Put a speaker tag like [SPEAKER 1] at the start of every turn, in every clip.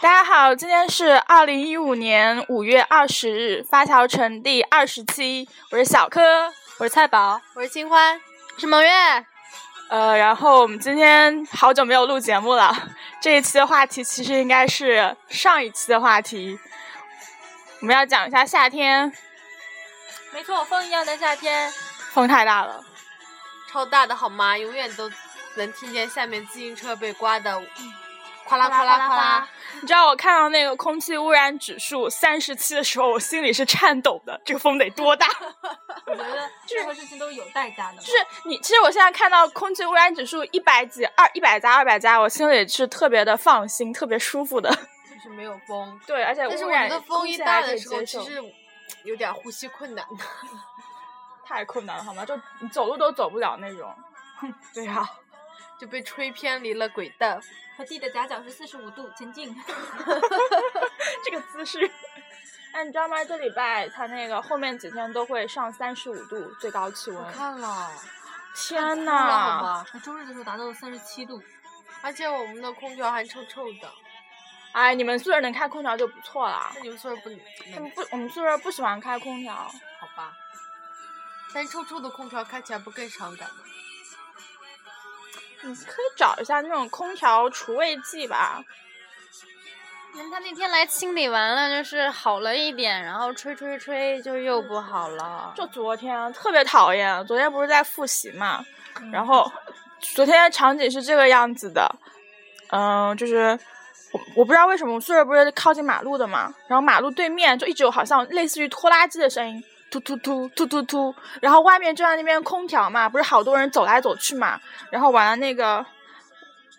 [SPEAKER 1] 大家好，今天是二零一五年五月二十日，发条城第二十期，我是小柯，
[SPEAKER 2] 我是菜宝，
[SPEAKER 3] 我是清欢，
[SPEAKER 4] 是蒙月。
[SPEAKER 1] 呃，然后我们今天好久没有录节目了，这一期的话题其实应该是上一期的话题，我们要讲一下夏天。
[SPEAKER 2] 没错，风一样的夏天，
[SPEAKER 1] 风太大了，
[SPEAKER 3] 超大的好吗？永远都能听见下面自行车被刮的，
[SPEAKER 2] 嗯
[SPEAKER 3] 哗啦哗啦哗啦。
[SPEAKER 1] 你知道我看到那个空气污染指数三十七的时候，我心里是颤抖的。这个风得多大？
[SPEAKER 2] 我觉得任何事情都是有代价的嘛。
[SPEAKER 1] 就是你，其实我现在看到空气污染指数一百几、二一百加、二百加，我心里是特别的放心、特别舒服的。
[SPEAKER 3] 就是没有风，
[SPEAKER 1] 对，而且
[SPEAKER 3] 但是
[SPEAKER 1] 污
[SPEAKER 3] 我
[SPEAKER 1] 染
[SPEAKER 3] 觉得风一
[SPEAKER 1] 空气
[SPEAKER 3] 大
[SPEAKER 1] 还可
[SPEAKER 3] 的
[SPEAKER 1] 以
[SPEAKER 3] 时候，
[SPEAKER 1] 接
[SPEAKER 3] 其
[SPEAKER 1] 受
[SPEAKER 3] 实有点呼吸困难的。
[SPEAKER 1] 太困难了，好吗？就你走路都走不了那种。
[SPEAKER 3] 对啊，就被吹偏离了轨道。
[SPEAKER 2] 和地的夹角是四十五度，前进。
[SPEAKER 1] 这个姿势。 哎，你知道吗？这礼拜它那个后面几天都会上三十五度最高气温
[SPEAKER 3] 我。看了，
[SPEAKER 1] 天
[SPEAKER 3] 看了好
[SPEAKER 1] 呐！
[SPEAKER 3] 吗？
[SPEAKER 2] 那周日的时候达到了三十七度，
[SPEAKER 3] 而且我们的空调还臭臭的。
[SPEAKER 1] 哎，你们宿舍能开空调就不错了
[SPEAKER 3] 那。你们宿舍不能
[SPEAKER 1] 他们不，我们宿舍不喜欢开空调。
[SPEAKER 3] 好吧？但臭臭的空调看起来不更伤感吗？
[SPEAKER 1] 你可以找一下那种空调除味剂吧。
[SPEAKER 4] 那他那天来清理完了，就是好了一点，然后吹吹吹就又不好了。
[SPEAKER 1] 就昨天特别讨厌，昨天不是在复习嘛，
[SPEAKER 3] 嗯
[SPEAKER 1] 然后昨天场景是这个样子的，嗯、就是我我不知道为什么我宿舍不是靠近马路的嘛，然后马路对面就一直有好像类似于拖拉机的声音，突突突突突突，然后外面就在那边空调嘛，不是好多人走来走去嘛，然后完了那个，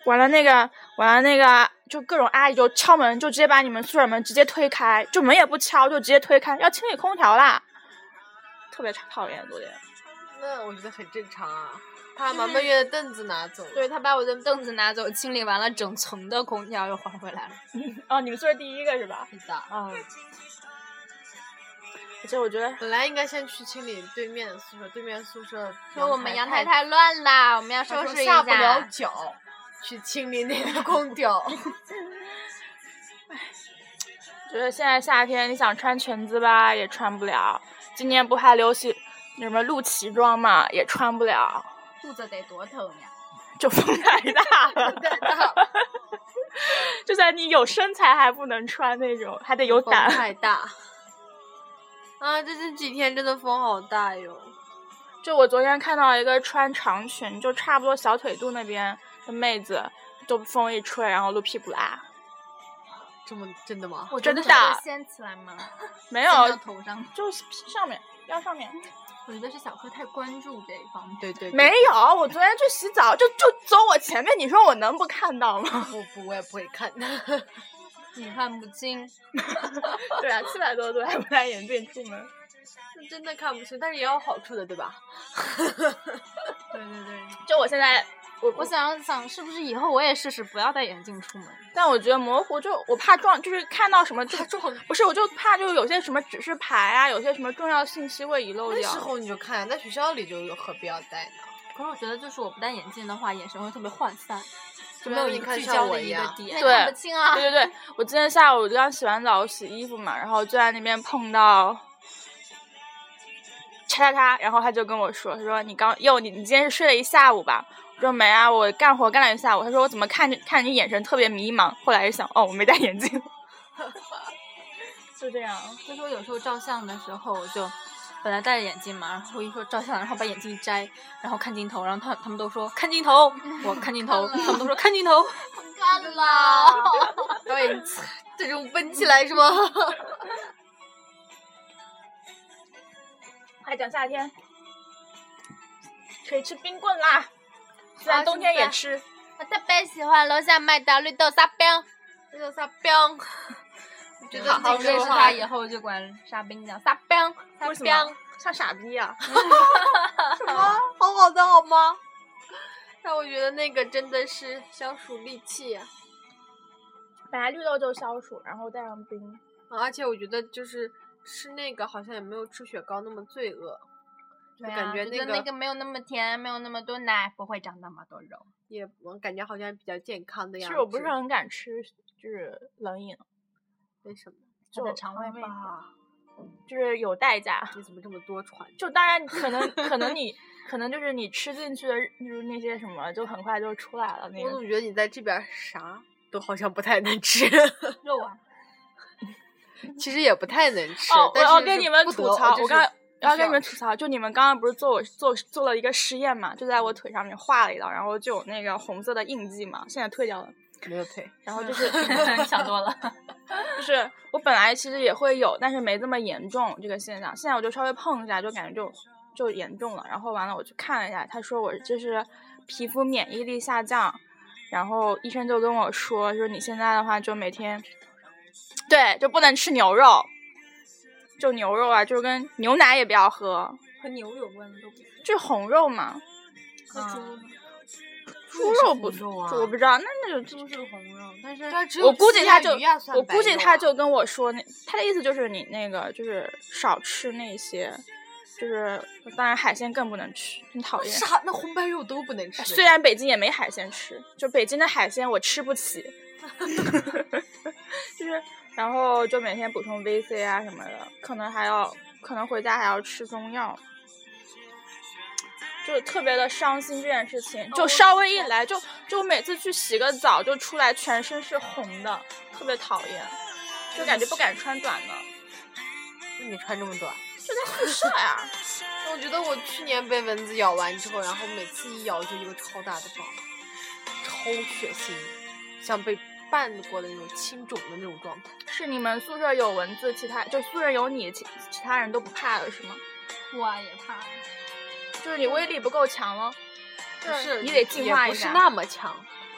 [SPEAKER 1] 完了那个，完了那个，就各种阿姨就敲门，就直接把你们宿舍门直接推开，就门也不敲，就直接推开，要清理空调啦，特别讨厌昨天。
[SPEAKER 3] 那我觉得很正常啊。他把闷月的凳子拿走了。
[SPEAKER 4] 对他把我的凳子拿走，清理完了整层的空调又还回来了。
[SPEAKER 1] 哦，你们宿舍第一个是吧？
[SPEAKER 3] 是的。
[SPEAKER 1] 嗯。而且我觉得
[SPEAKER 3] 本来应该先去清理对面的宿舍，对面宿舍
[SPEAKER 4] 说我们阳
[SPEAKER 3] 太
[SPEAKER 4] 台太乱啦，我们要
[SPEAKER 3] 他
[SPEAKER 4] 收
[SPEAKER 3] 说
[SPEAKER 4] 拾一
[SPEAKER 3] 下不了
[SPEAKER 4] 下。
[SPEAKER 3] 脚去清理那个空调。
[SPEAKER 1] 觉得现在夏天你想穿裙子吧也穿不了，今年不还流行什么露脐装嘛也穿不了，
[SPEAKER 4] 肚子得多疼 呀！
[SPEAKER 1] 就风太大了。就算你有身材还不能穿那种，还得有
[SPEAKER 3] 风
[SPEAKER 1] 胆。
[SPEAKER 3] 太大啊！这这几天真的风好大哟。
[SPEAKER 1] 就我昨天看到一个穿长裙，就差不多小腿肚那边的妹子，就风一吹，然后露屁股啦。
[SPEAKER 3] 这么真的吗？
[SPEAKER 2] 我
[SPEAKER 1] 真的
[SPEAKER 2] 觉得
[SPEAKER 1] 啊
[SPEAKER 4] 掀起来吗？
[SPEAKER 1] 没
[SPEAKER 4] 没到
[SPEAKER 1] 有，
[SPEAKER 4] 头上。
[SPEAKER 1] 就是上面腰上面
[SPEAKER 2] 我觉得是小柯太关注这一方面。
[SPEAKER 3] 对对，对
[SPEAKER 1] 没有。我昨天去洗澡，就就走我前面，你说我能不看到吗？
[SPEAKER 3] 不不，我也不会看的。
[SPEAKER 4] 你看不清，
[SPEAKER 1] 对啊，七百多度还不戴眼镜出门。
[SPEAKER 3] 真的看不清，但是也有好处的，对吧？
[SPEAKER 2] 对对对，
[SPEAKER 1] 就我现在，我
[SPEAKER 4] 我
[SPEAKER 1] 我
[SPEAKER 4] 想想是不是以后我也试试不要戴眼镜出门？
[SPEAKER 1] 但我觉得模糊就我怕撞，就是看到什么就
[SPEAKER 3] 撞
[SPEAKER 1] 不是，我就怕就是有些什么指示牌啊，有些什么重要信息会遗漏
[SPEAKER 3] 那
[SPEAKER 1] 掉
[SPEAKER 3] 时。候你就看，在学校里就何必要戴呢？
[SPEAKER 2] 可是我觉得就是我不戴眼镜的话，眼神会特别涣散，就
[SPEAKER 3] 对
[SPEAKER 2] 没有
[SPEAKER 3] 啊
[SPEAKER 2] 一
[SPEAKER 3] 你
[SPEAKER 2] 个
[SPEAKER 3] 看
[SPEAKER 2] 聚
[SPEAKER 3] 像
[SPEAKER 2] 焦
[SPEAKER 3] 我
[SPEAKER 2] 的
[SPEAKER 3] 一
[SPEAKER 2] 一个
[SPEAKER 3] 样
[SPEAKER 2] 点。
[SPEAKER 1] 对
[SPEAKER 4] 看不清啊。
[SPEAKER 1] 对对对，我今天下午就刚洗完澡，我洗衣服嘛，然后就在那边碰到叉叉叉，然后他就跟我说，他说你刚哟，你你今天是睡了一下午吧？我说没啊，我干活干了一下午。他说我怎么看着看你眼神特别迷茫？后来一想，哦，我没戴眼镜。 就这样，
[SPEAKER 2] 就是我有时候照相的时候，我就本来戴着眼镜嘛，然后一说照相，然后把眼镜一摘，然后看镜头，然后他他们都说看镜头，我看镜头，他们都说看镜头，
[SPEAKER 4] 看了。
[SPEAKER 3] 导演这种奔起来是吗？
[SPEAKER 1] 还讲夏天，可以吃冰棍啦。虽然冬天也吃，
[SPEAKER 4] 我特别喜欢楼下卖的绿豆沙冰，
[SPEAKER 3] 这叫啥？彪！我觉得
[SPEAKER 4] 好好
[SPEAKER 3] 这
[SPEAKER 4] 说
[SPEAKER 3] 个
[SPEAKER 4] 话
[SPEAKER 3] 话
[SPEAKER 2] 以后就管沙冰叫
[SPEAKER 4] 沙冰，沙
[SPEAKER 1] 为什
[SPEAKER 4] 冰
[SPEAKER 1] 么。像傻逼呀、
[SPEAKER 3] 啊，好好的好 吗？但我觉得那个真的是消暑利器啊，
[SPEAKER 1] 本来绿豆就消暑，然后带上冰。
[SPEAKER 3] 而且我觉得就是吃那个好像也没有吃雪糕那么罪恶，就
[SPEAKER 4] 对啊
[SPEAKER 3] 感觉
[SPEAKER 4] 觉
[SPEAKER 3] 那
[SPEAKER 4] 得
[SPEAKER 3] 个
[SPEAKER 4] 那个没有那么甜，没有那么多奶，不会长那么多肉。
[SPEAKER 3] 也我感觉好像比较健康的
[SPEAKER 1] 其
[SPEAKER 3] 样子。
[SPEAKER 1] 实我不是很敢吃就是冷饮，
[SPEAKER 3] 为什么？
[SPEAKER 1] 就
[SPEAKER 3] 他的肠胃
[SPEAKER 1] 肠胃
[SPEAKER 3] 吧，
[SPEAKER 1] 就是有代价。
[SPEAKER 3] 你怎么这么多传？
[SPEAKER 1] 就当然可 能可能你可能就是你吃进去的，就是那些什么，就很快就出来了那
[SPEAKER 3] 我
[SPEAKER 1] 个
[SPEAKER 3] 怎。么觉得你在这边儿啥都好像不太能吃，
[SPEAKER 2] 肉啊，
[SPEAKER 3] 其实也不太能吃。
[SPEAKER 1] 哦，我
[SPEAKER 3] 但是
[SPEAKER 1] 要
[SPEAKER 3] 是
[SPEAKER 1] 跟你们
[SPEAKER 3] 不
[SPEAKER 1] 吐
[SPEAKER 3] 得哦
[SPEAKER 1] 槽，
[SPEAKER 3] 就是
[SPEAKER 1] 我刚
[SPEAKER 3] 必
[SPEAKER 1] 要
[SPEAKER 3] 须
[SPEAKER 1] 跟你们吐槽，就你们刚刚不是做我做做了一个实验嘛，就在我腿上面画了一道，然后就有那个红色的印记嘛，现在退掉了。
[SPEAKER 3] 没有嗯退。
[SPEAKER 1] 然后就是
[SPEAKER 2] 你想多了。
[SPEAKER 1] 就是我本来其实也会有，但是没这么严重这个现象。现在我就稍微碰一下，就感觉就就严重了。然后完了我去看了一下，他说我这是皮肤免疫力下降，然后医生就跟我说，说你现在的话就每天，对，就不能吃牛肉，就牛肉啊，就跟牛奶也不要喝，
[SPEAKER 2] 和牛有关的都不是。
[SPEAKER 1] 就红肉嘛，
[SPEAKER 2] 和猪
[SPEAKER 1] 猪
[SPEAKER 2] 肉
[SPEAKER 1] 肉不
[SPEAKER 3] 肉啊
[SPEAKER 1] 就我不知道，那那就
[SPEAKER 4] 猪是红肉，但是
[SPEAKER 3] 对啊只有
[SPEAKER 1] 我估计
[SPEAKER 3] 鸡
[SPEAKER 1] 他
[SPEAKER 3] 呀
[SPEAKER 1] 就
[SPEAKER 3] 鱼呀算
[SPEAKER 1] 我
[SPEAKER 3] 白
[SPEAKER 1] 估计
[SPEAKER 3] 肉
[SPEAKER 1] 他
[SPEAKER 3] 啊
[SPEAKER 1] 就跟我说那他的意思就是你那个就是少吃那些，就是当然海鲜更不能吃，很讨厌。
[SPEAKER 3] 啥？那红白肉都不能吃。
[SPEAKER 1] 虽然北京也没海鲜吃，就北京的海鲜我吃不起，就是然后就每天补充 VC 啊什么的，可能还要可能回家还要吃中药，就特别的伤心这件事情。就稍微一来就就每次去洗个澡就出来全身是红的，特别讨厌，就感觉不敢穿短的，
[SPEAKER 3] 那你穿这么短，
[SPEAKER 1] 就在宿舍呀、
[SPEAKER 3] 我觉得我去年被蚊子咬完之后，然后每次一咬就一个超大的包，超血腥，像被绊过的那种青肿的那种状态。
[SPEAKER 1] 是你们宿舍有蚊子，其他就宿舍有你，其其他人都不怕了是吗？
[SPEAKER 4] 我也怕。
[SPEAKER 1] 就是你威力不够强了。
[SPEAKER 3] 不是，
[SPEAKER 1] 你得进化
[SPEAKER 3] 也
[SPEAKER 1] 一
[SPEAKER 3] 不是
[SPEAKER 1] 下。
[SPEAKER 3] 那么强，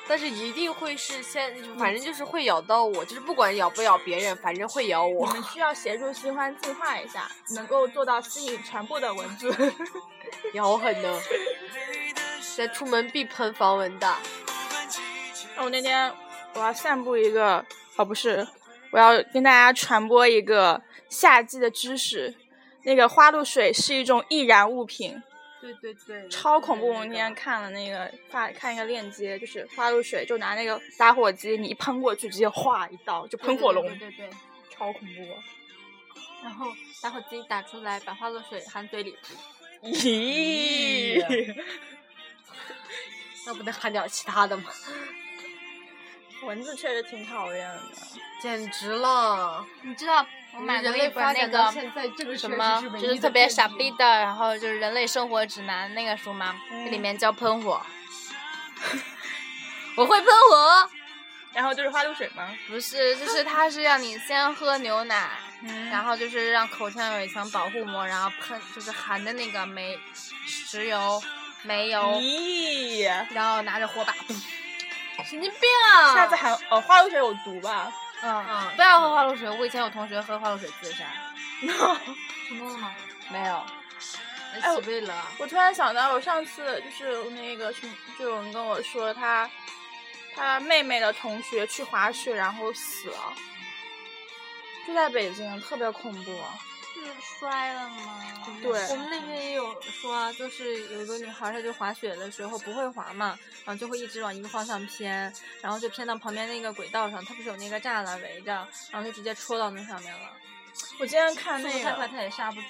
[SPEAKER 3] 但是一定会是先，反正就是会咬到我，就是不管咬不咬别人，反正会咬
[SPEAKER 1] 我
[SPEAKER 3] 我。
[SPEAKER 1] 们需要协助新欢进化一下，能够做到吸引全部的蚊子。
[SPEAKER 3] 咬狠的，在出门必喷防蚊的。
[SPEAKER 1] 我那天我要散布一个，哦不是，我要跟大家传播一个夏季的知识。那个花露水是一种易燃物品，
[SPEAKER 3] 对对对，
[SPEAKER 1] 超恐怖！我那天看了那个发看一个链接，就是花露水，就拿那个打火机，你一喷过去，直接哗一道，就喷火龙，
[SPEAKER 2] 对对对。
[SPEAKER 1] 超恐怖！
[SPEAKER 2] 然后打火机打出来，把花露水含嘴里。
[SPEAKER 1] 咦，
[SPEAKER 3] 那不能喊点其他的吗？
[SPEAKER 1] 蚊子确实挺讨厌的。
[SPEAKER 3] 简直了！
[SPEAKER 4] 你知道我买过
[SPEAKER 3] 人
[SPEAKER 4] 一
[SPEAKER 3] 类
[SPEAKER 4] 本
[SPEAKER 3] 发
[SPEAKER 4] 那
[SPEAKER 3] 展到
[SPEAKER 4] 个
[SPEAKER 3] 现在，这个
[SPEAKER 4] 什
[SPEAKER 3] 确实
[SPEAKER 4] 么
[SPEAKER 3] 是，唯
[SPEAKER 4] 就是
[SPEAKER 3] 一
[SPEAKER 4] 特
[SPEAKER 3] 的
[SPEAKER 4] 别
[SPEAKER 3] 正
[SPEAKER 4] 傻
[SPEAKER 3] 解
[SPEAKER 4] 逼的，然后就是《人类生活指南》那个书嘛，
[SPEAKER 1] 嗯
[SPEAKER 4] 里面教喷 火。我会喷火，
[SPEAKER 1] 然后就是花露水吗？
[SPEAKER 4] 不是，就是它是让你先喝牛奶，
[SPEAKER 1] 嗯
[SPEAKER 4] 然后就是让口腔有一层保护膜，然后喷就是含的那个煤、石油、煤油，
[SPEAKER 3] 嗯
[SPEAKER 1] 咦，
[SPEAKER 4] 然后拿着火把，
[SPEAKER 3] 神经病啊！
[SPEAKER 1] 下次还哦，花露水有毒吧？
[SPEAKER 4] 嗯
[SPEAKER 3] 嗯，
[SPEAKER 4] 不要喝花露水。我以前有同学喝花露水自杀，
[SPEAKER 2] 成功了吗？
[SPEAKER 4] 没有，
[SPEAKER 1] 哎我
[SPEAKER 3] 死胃了，
[SPEAKER 1] 我突然想到，我上次就是那个群，就有人跟我说他他妹妹的同学去滑雪然后死了，就在北京，特别恐怖。
[SPEAKER 2] 是摔了吗？
[SPEAKER 1] 对
[SPEAKER 2] 我们那天也有说啊，就是有一个女孩，她就滑雪的时候不会滑嘛，然后就会一直往一个方向偏，然后就偏到旁边那个轨道上，她不是有那个栅栏围着，然后就直接戳到那上面了。
[SPEAKER 1] 我今天看
[SPEAKER 2] 速
[SPEAKER 1] 那
[SPEAKER 2] 度太快，
[SPEAKER 1] 个，
[SPEAKER 2] 她也刹不住。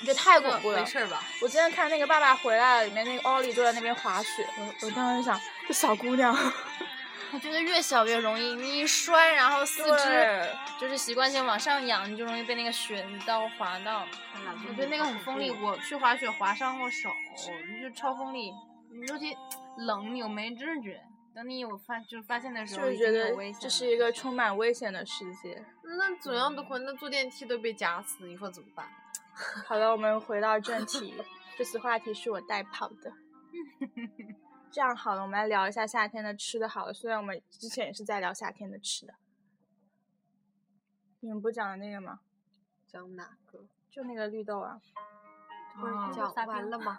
[SPEAKER 1] 我觉得太恐怖了
[SPEAKER 2] 没。事儿吧？
[SPEAKER 1] 我今天看那个《爸爸回来了》里面那个奥利就在那边滑雪，我我当时想，这小姑娘，
[SPEAKER 4] 我觉得越小越容易，你一摔，然后四肢
[SPEAKER 1] 对
[SPEAKER 4] 就是习惯性往上仰，你就容易被那个雪刀划到。我觉得那个很锋利，我去滑雪划伤过手，就超锋利，尤其冷有没知觉。等你有发就是发现的时
[SPEAKER 1] 就
[SPEAKER 4] 候，
[SPEAKER 1] 是
[SPEAKER 4] 已经
[SPEAKER 1] 觉得
[SPEAKER 4] 有危险
[SPEAKER 1] 这
[SPEAKER 4] 了
[SPEAKER 1] 是一个充满危险的世界。
[SPEAKER 3] 那怎样的话，那坐电梯都被夹死，你说怎么办？
[SPEAKER 1] 好了，我们回到正题，这次话题是我带跑 的。这样好了，我们来聊一下夏天的吃的。好了，虽然我们之前也是在聊夏天的吃的，你们不讲那个吗？
[SPEAKER 3] 讲哪个？
[SPEAKER 1] 就那个绿豆啊，
[SPEAKER 3] 不是
[SPEAKER 2] 哦
[SPEAKER 3] 讲
[SPEAKER 2] 撒
[SPEAKER 3] 完
[SPEAKER 2] 冰
[SPEAKER 3] 了吗？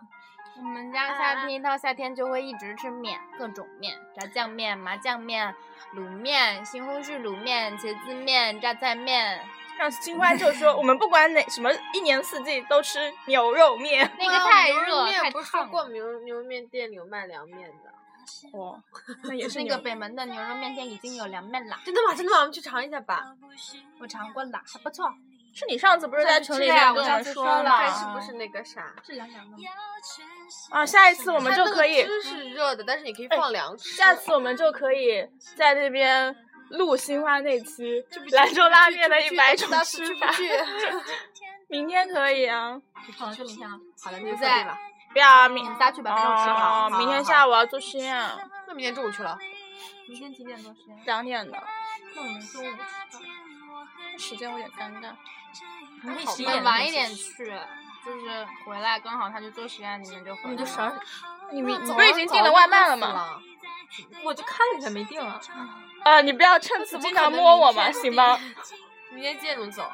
[SPEAKER 4] 我们家夏天一到夏天就会一直吃面，各种面，炸酱面、麻酱面、卤面、西红柿卤面、茄子面、榨菜面。
[SPEAKER 1] 让新欢就 说我们不管哪什么一年四季都吃牛肉面。
[SPEAKER 4] 那个太
[SPEAKER 3] 牛肉
[SPEAKER 4] 热
[SPEAKER 3] 面
[SPEAKER 4] 太
[SPEAKER 3] 不是说
[SPEAKER 4] 烫了，
[SPEAKER 3] 过牛肉牛肉面店里有卖凉面的，
[SPEAKER 1] 哦，那也是
[SPEAKER 4] 那
[SPEAKER 1] 牛
[SPEAKER 4] 个北门的牛肉面店已经有凉面啦，
[SPEAKER 3] 真的吗？真的吗？我们去尝一下吧。
[SPEAKER 2] 嗯
[SPEAKER 4] 我尝过啦，还不错，
[SPEAKER 1] 是你上次不是在群里
[SPEAKER 4] 上次吃呀
[SPEAKER 1] 面跟们
[SPEAKER 4] 我上次
[SPEAKER 1] 说
[SPEAKER 4] 说了
[SPEAKER 3] 但是
[SPEAKER 1] 吗？
[SPEAKER 3] 不
[SPEAKER 2] 嗯
[SPEAKER 3] 是那个啥？
[SPEAKER 4] 是凉凉的吗。
[SPEAKER 1] 啊，下一次我们
[SPEAKER 3] 它
[SPEAKER 1] 就
[SPEAKER 3] 那个
[SPEAKER 1] 可以，嗯哎
[SPEAKER 3] 汁是热的，但是你可以放凉吃。
[SPEAKER 1] 下次我们就可以在那边录新花那期兰州拉面的一百种吃法。
[SPEAKER 3] 去不去？
[SPEAKER 1] 明天可以啊，
[SPEAKER 4] 好了，就明天了，
[SPEAKER 3] 好了，明天
[SPEAKER 4] 在
[SPEAKER 3] 再吧。
[SPEAKER 1] 不要啊明
[SPEAKER 4] 你们仨去吧，反正我吃好
[SPEAKER 1] 哦
[SPEAKER 4] 了。，
[SPEAKER 1] 明天下午要做实验，
[SPEAKER 3] 那明天中午去了。
[SPEAKER 4] 明天几点多时间？
[SPEAKER 1] 两点的，
[SPEAKER 4] 那我们中午
[SPEAKER 1] 时间有点尴尬。
[SPEAKER 4] 可以
[SPEAKER 3] 哎好
[SPEAKER 4] 十
[SPEAKER 3] 吧
[SPEAKER 4] 点晚一点去，就是回来刚好他就做实验，你们就回来。
[SPEAKER 3] 我们就十二，
[SPEAKER 1] 你明你
[SPEAKER 3] 早
[SPEAKER 1] 不是已
[SPEAKER 3] 上
[SPEAKER 1] 经
[SPEAKER 3] 早
[SPEAKER 1] 订了
[SPEAKER 3] 就
[SPEAKER 1] 外卖
[SPEAKER 3] 饿
[SPEAKER 1] 了
[SPEAKER 3] 死
[SPEAKER 1] 吗？
[SPEAKER 3] 了？
[SPEAKER 2] 我就看了一下没定啊。
[SPEAKER 1] 呃，你不要趁此经常摸我嘛，行吗？
[SPEAKER 3] 明天几点钟走？